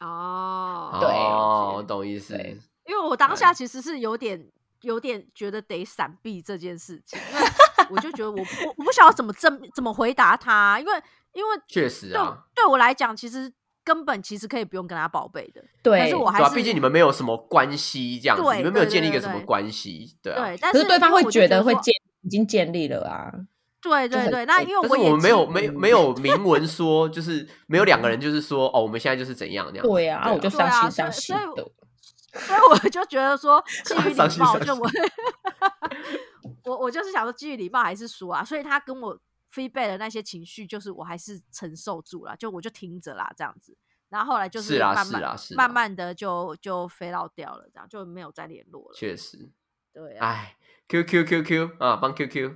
S1: 哦，
S3: 对
S2: 哦，我懂意思。
S3: 对
S1: 因为我当
S2: 对
S1: 下其实是有点有点觉得得闪避这件事情，因为我就觉得我不我不晓得怎么正怎么回答他，因为因为
S2: 确实
S1: 对我
S2: 啊，
S1: 对我来讲，其实根本其实可以不用跟他报备的，
S3: 对，
S1: 但是我还
S2: 对啊，
S1: 是
S2: 毕竟你们没有什么关系，这样子，
S1: 对
S2: 你们没有
S1: 对
S2: 建立一
S1: 对
S2: 个什么
S1: 对
S2: 关系，对啊。
S1: 对，但
S3: 可是对方会
S1: 因为我就觉
S3: 得会
S1: 说
S3: 建已经建立了啊。
S1: 对
S3: 就
S1: 对
S3: 很
S1: 对，那
S3: 对
S1: 因为
S2: 哎但是
S1: 也
S2: 我们
S1: 知
S2: 没有没有没有明文说，就是没有两个人就是说哦，我们现在就是怎样那样子。
S3: 对啊，啊我就
S1: 对
S3: 伤
S1: 啊
S3: 心伤
S1: 所
S3: 心
S1: 以所以
S3: 的。
S1: 所以我就觉得 说，基于
S2: 伤
S1: 礼
S2: 心
S1: 貌，
S2: 伤
S1: 就
S2: 心
S1: 我我 我就是想说，基于礼貌还是说啊，所以他跟我 feedback 的那些情绪，就是我还是承受住了，就我就听着啦，这样子。然后后来就是
S2: 啦
S1: 慢
S2: 是
S1: 慢
S2: 啦是
S1: 慢
S2: 啦
S1: 慢的就就飞到掉了，这样就没有再联络了。
S2: 确实，
S1: 对啊，
S2: 哎，Q Q Q Q 啊，帮 Q Q，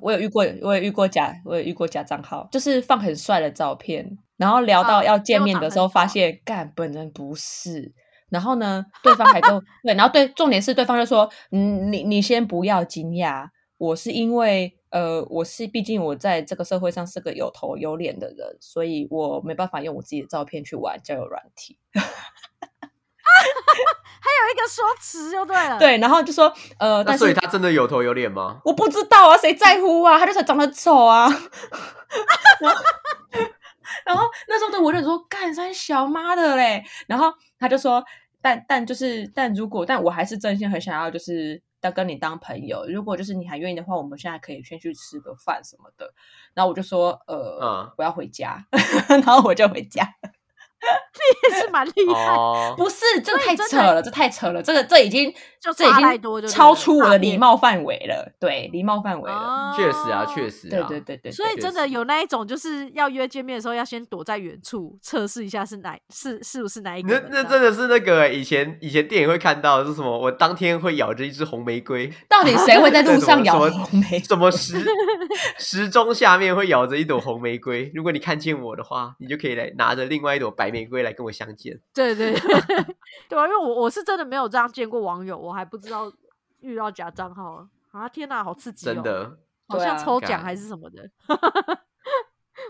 S3: 我有遇过，我有遇过假，我有遇过假账号，就是放很帅的照片，然后聊到
S1: 嗯
S3: 要见面的时候，
S1: 结果长
S3: 发
S1: 很丑
S3: 现干本人不是。然后呢， 对方还就对，然后对，重点是对方就说，嗯，你你先不要惊讶，我是因为呃，我是毕竟我在这个社会上是个有头有脸的人，所以我没办法用我自己的照片去玩交友软体。
S1: 还有一个说辞就对了，，
S3: 对，然后就说，呃，
S2: 那
S3: 但
S2: 所以
S3: 是
S2: 他真的有头有脸吗？
S3: 我不知道啊，谁在乎啊？他就是长得丑 啊。然后，然后那时候的我就说干三小妈的嘞。然后他就说，但但就是，但如果但我还是真心很想要，就是要跟你当朋友。如果就是你还愿意的话，我们现在可以先去吃个饭什么的。然后我就说，呃，
S2: 嗯
S3: 我要回家。 然后我就回家。
S1: 也是蛮厉害，
S2: 哦，
S3: 不是，这个
S1: 所
S3: 太
S1: 以真
S3: 扯
S1: 的
S3: 了，这太扯了，这个这已经
S1: 就
S3: 这已
S1: 差太多就对
S3: 经超
S1: 了
S3: 出我
S1: 差
S3: 的
S1: 别
S3: 礼貌范围了。对，礼貌范围了。
S1: 哦
S2: 确实啊，确
S1: 实。
S2: 实
S3: 对
S2: 啊，
S3: 哦对对对，
S1: 哦所以
S2: 确
S1: 真的
S2: 实
S1: 有那一种，就是要约见面的时候，要先躲在远处测试一下是哪是是不是哪一个
S2: 那
S1: 人这
S2: 那
S1: 样。
S2: 真的是那个欸以前以前电影会看到是什么？我当天会咬着一只红玫瑰，
S3: 到底谁会在路上咬
S2: 什么
S3: 红 玫瑰？
S2: 什么时时钟下面会咬着一朵红玫瑰。如果你看见我的话，你就可以来拿着另外一朵白玫瑰来跟我相见。
S1: 对对 对啊，因为我我是真的没有这样见过网友，我还不知道遇到假账号啊！啊天哪，好刺激、哦！
S2: 真，的，
S1: 好
S3: 对
S1: 像
S3: 啊
S1: 抽奖
S2: 干
S1: 还是什么的，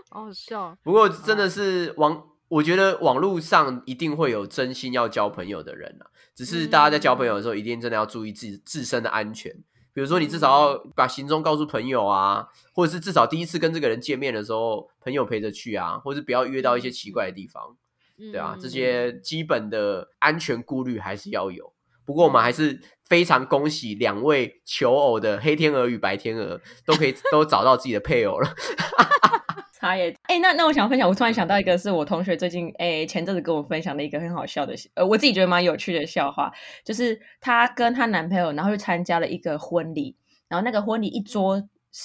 S1: 好好笑。
S2: 不过真的是网，我觉得网络上一定会有真心要交朋友的人啊。只是大家在交朋友的时候，一定真的要注意自自身的安全。比如说，你至少要把行踪告诉朋友啊，或者是至少第一次跟这个人见面的时候，朋友陪着去啊，或者是不要约到一些奇怪的地方。对啊，这
S1: 嗯
S2: 些基本的安全顾虑还是要有。不过我们还是非常恭喜两位求偶的黑天鹅与白天鹅都可以 都找到自己的配偶了。
S3: 茶叶。哎、那那我想分享，我突然想到一个是我同学最近哎、前阵子跟我分享的一个很好笑的，呃，我自己觉得蛮有趣的笑话，就是她跟她男朋友，然后去参加了一个婚礼，然后那个婚礼一桌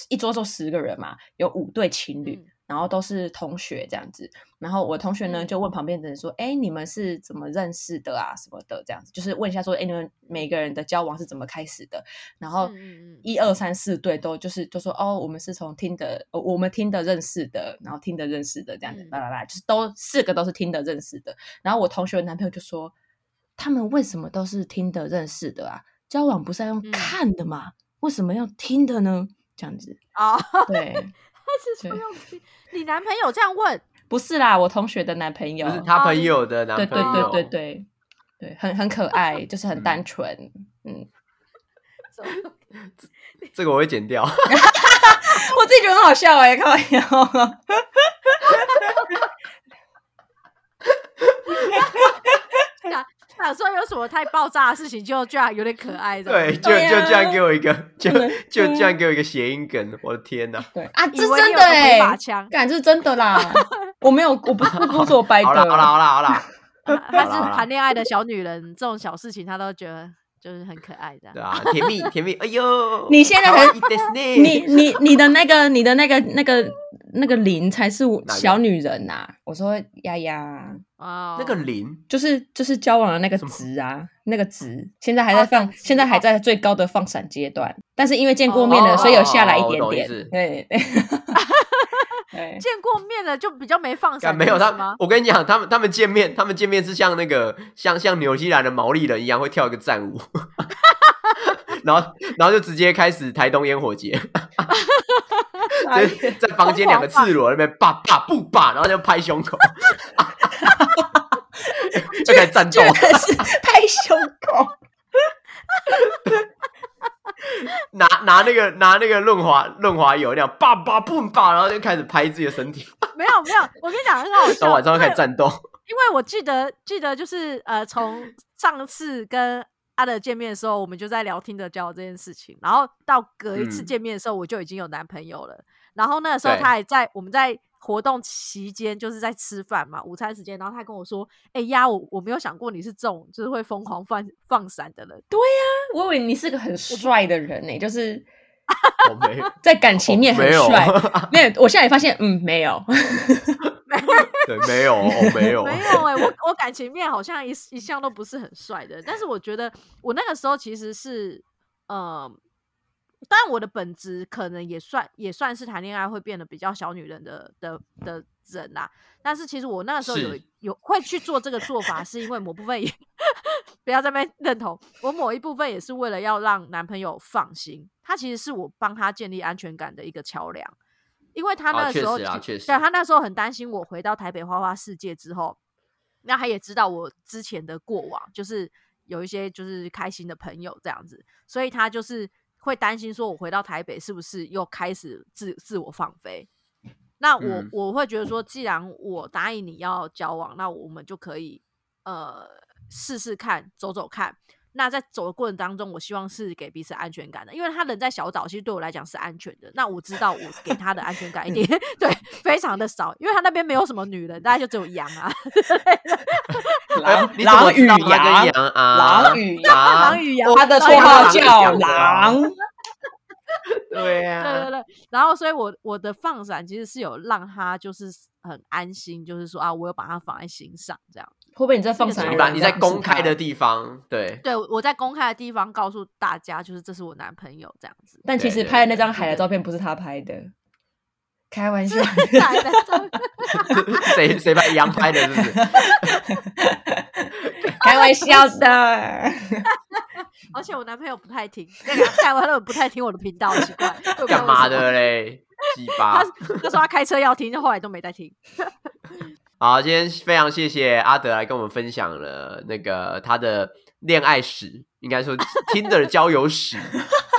S3: 一桌就十个人嘛，有五对情侣。
S1: 嗯
S3: 然后都是同学这样子，然后我同学呢
S1: 嗯
S3: 就问旁边的人说：“哎、你们是怎么认识的啊？什么的这样子，就是问一下说，哎，你们每个人的交往是怎么开始的？然后
S1: 嗯嗯嗯
S3: 一二三四对都就是就说哦，我们是从听的，呃我们听的认识的，然后听的认识的这样子，
S1: 嗯
S3: 巴拉巴拉，就是都四个都是听的认识的。然后我同学的男朋友就说，他们为什么都是听的认识的啊？交往不是要用
S1: 嗯
S3: 看的吗？为什么要听的呢？这 样子，
S1: 哦，
S3: 对，
S1: 他是说
S3: 对
S1: 要听你男朋友这样问，
S3: 不是啦，我同学的男朋友
S2: 就，是他
S1: 哦
S2: 朋友的男
S3: 对
S2: 朋
S3: 啊对
S2: 友，
S3: 对对对对，很很可爱，就是很单
S2: 嗯
S3: 纯， 嗯，
S1: 怎么
S2: 这个我会剪掉。
S3: 我自己觉得很好笑哎、欸，开 玩笑。
S1: 想想说有什么太爆炸的事情，就居然有点可爱的。
S2: 对，就
S3: 对
S2: 就
S3: 啊
S2: 这样给我一 个，就
S3: 对
S2: 就
S3: 对
S2: 这样给我一个谐音梗，我的天 哪！
S3: 对啊，这
S1: 以为
S3: 真
S1: 你有
S3: 的
S1: 个挥
S3: 哎、
S1: 把枪
S3: 感这是真 的啦。我没有，我不是不是我掰的。
S2: 好啦好啦好啦好 啦，
S1: 啊她是
S2: 好啦好啦
S1: 谈恋爱的小女人，这种小事情她都觉得就是很可爱的
S2: 对。啊，甜蜜甜蜜，哎呦，
S3: 你现在才
S2: 可爱
S3: 你
S2: 你
S3: 你你的那个你的那个那个那个零才是我
S2: 哪个
S3: 小女人呐、我说丫丫，
S1: 哦，
S2: 那个零
S3: 就是就是交往的那个
S2: 什么
S3: 值啊，那个值现在还
S1: 哦
S3: 在放，哦
S1: 等值
S3: 现在还
S1: 哦
S3: 在最高的放闪阶段，但是因为见过面了，所以有下来一
S2: 哦
S3: 点
S2: 懂意
S3: 点
S2: 思。
S3: 对，对对，
S1: 见过面了就比较没放
S2: 干
S1: 闪，
S2: 没有
S1: 他
S2: 他
S1: 吗，？
S2: 我跟你讲，他们他们见面，他们见面是像那个像像纽西兰的毛利人一样会跳一个战舞， 然后然后就直接开始台东烟火节，
S3: 傻
S2: 就
S3: 眼
S2: 是在房间两个赤裸在那边爸爸不爸，然后就拍胸口，就开始战
S3: 居
S2: 斗，
S3: 然是拍胸口，
S2: 拿拿那个拿那个润滑润滑油那样爸爸不爸，然后就开始拍自己的身体，
S1: 没有没有，我跟你讲很好
S2: 然后
S1: 笑，
S2: 晚上就
S1: 因
S2: 开
S1: 为
S2: 始战斗。
S1: 因为我记得记得就是呃，从上次跟阿德见面的时候，我们就在聊听的交这件事情，然后到隔一次
S2: 嗯
S1: 见面的时候，我就已经有男朋友了。然后那个时候
S2: 对
S1: 他还在我们在活动期间，就是在吃饭嘛，午餐时间，然后他跟我说：“哎、呀，我我没有想过你是这种就是会疯狂放放闪的人。
S3: 我以为你是个很帅的人呢、就是
S2: 我没有，
S3: 在感情面很
S2: 哦没有
S3: 帅。没有，我现在也发现，嗯，没有，
S2: 对，没有，哦，没有，
S1: 没有哎、我我感情面好像一一向都不是很帅的，但是我觉得我那个时候其实是，呃，但我的本质可能也算也算是谈恋爱会变得比较小女人的的的人啦、但是其实我那个时候有
S2: 是
S1: 有会去做这个做法，是因为某部分也 不要在那边认同，我某一部分也是为了要让男朋友放心，他其实是我帮他建立安全感的一个桥梁。因为他
S2: 啊
S1: 那个
S2: 确
S1: 时候
S2: 实
S1: 其，
S2: 啊确
S1: 对
S2: 实
S1: 他那时候很担心我回到台北花花世界之后，那他也知道我之前的过往，就是有一些就是开心的朋友这样子，所以他就是会担心说我回到台北是不是又开始自自我放飞。那我、
S2: 嗯
S1: 我会觉得说，既然我答应你要交往，那我们就可以呃试试看，走走看。那在走的过程当中，我希望是给彼此安全感的，因为他人在小岛，其实对我来讲是安全的。那我知道我给他的安全感一点 对非常的少，因为他那边没有什么女人，大概就只有羊啊，
S2: 哎
S3: 狼
S2: 你怎么知道
S3: 狼与
S2: 他跟
S3: 羊，
S2: 羊啊？
S3: 狼与羊，
S2: 啊
S1: 狼与羊。
S3: 他的绰号叫狼。
S2: 对啊
S1: 对啊
S2: 呀、
S1: 对对，然后所以我我的放闪其实是有让他就是很安心，就是说啊，我有把他放在心上这样。
S3: 会不会你在放闪？
S2: 你把你在公开的，地方，对，
S1: 对，我在公开的地方告诉大家，就是这是我男朋友这样子。
S3: 但其实拍的那张海的照片不是他拍的，开玩笑。
S1: 奶奶真的
S2: 谁谁把羊 拍的，是不是？
S3: 开玩笑的，
S1: 而且我男朋友不太听，啊那个台湾人不太听我的频道，奇 怪，我也不知道
S2: 干嘛
S1: 为什么？
S2: 的啊嘞？鸡巴
S1: 他！他说他开车要听，后来都没在 听。
S2: 好，今天非常谢谢阿德来跟我们分享了那个他的恋爱史，应该说 Tinder 交友史。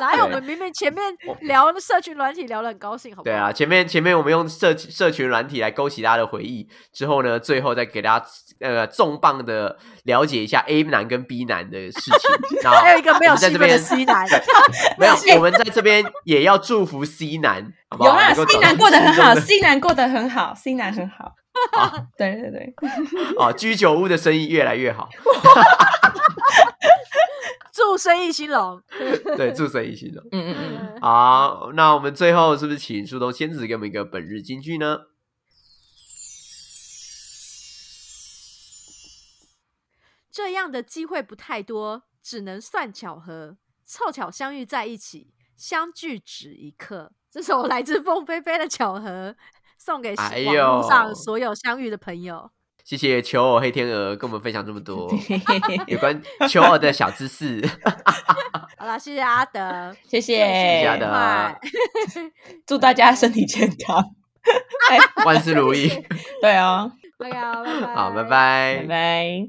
S1: 哪有我
S2: 对
S1: 们明明前面聊社群软体聊得很高兴，好不
S2: 对
S1: 好？
S2: 啊，前面前面我们用社社群软体来勾起大家的回忆，之后呢，最后再给大家呃重磅的了解一下 A 男跟 B 男的事 情。那
S1: 还有一个没有
S2: 啊我们在
S1: 戏
S2: 这
S1: 份
S2: 边
S1: 的 C 男，
S2: 没有
S3: 不是，
S2: 我们在这边也要祝福 C 男，好不
S3: 有
S2: 好？
S3: 啊
S2: 能够
S3: ，C
S2: 找
S3: 男
S2: 到
S3: 过得很
S2: 心
S3: 好
S2: 中的
S3: ，C 男过得很好，C 男很好。
S2: 好
S3: 对对对，
S2: 哦，居酒屋的生意越来越 好。
S1: 祝生意兴隆。
S2: 对，祝生意兴隆。
S3: 嗯嗯嗯。
S2: 好，那我们最后是不是请树东仙子给我们一个本日金句呢？
S1: 这样的机会不太多，只能算巧合，凑巧相遇在一起，相聚只一刻。这首来自凤飞飞的《巧合》，送给
S2: 哎
S1: 网络上
S2: 呦
S1: 所有相遇的朋友。
S2: 谢谢求偶黑天鹅跟我们分享这么多有关求偶的小知识，
S1: 好啦，谢谢阿德，
S3: 谢
S2: 谢
S3: 谢
S2: 谢，阿德
S1: 快
S3: 祝大家身体健康。哎，
S2: 万事如意。
S3: 对啊，
S1: 对啊，拜拜，
S2: 好，拜
S3: 拜拜。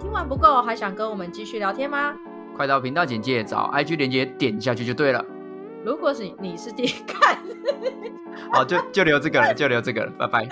S1: 听完不够，还想跟我们继续聊天吗？
S2: 快到频道简介找 IG 连接点下去就对了。
S1: 如果是你是第一看，
S2: 好，就就留这个了，就留这个了，拜拜。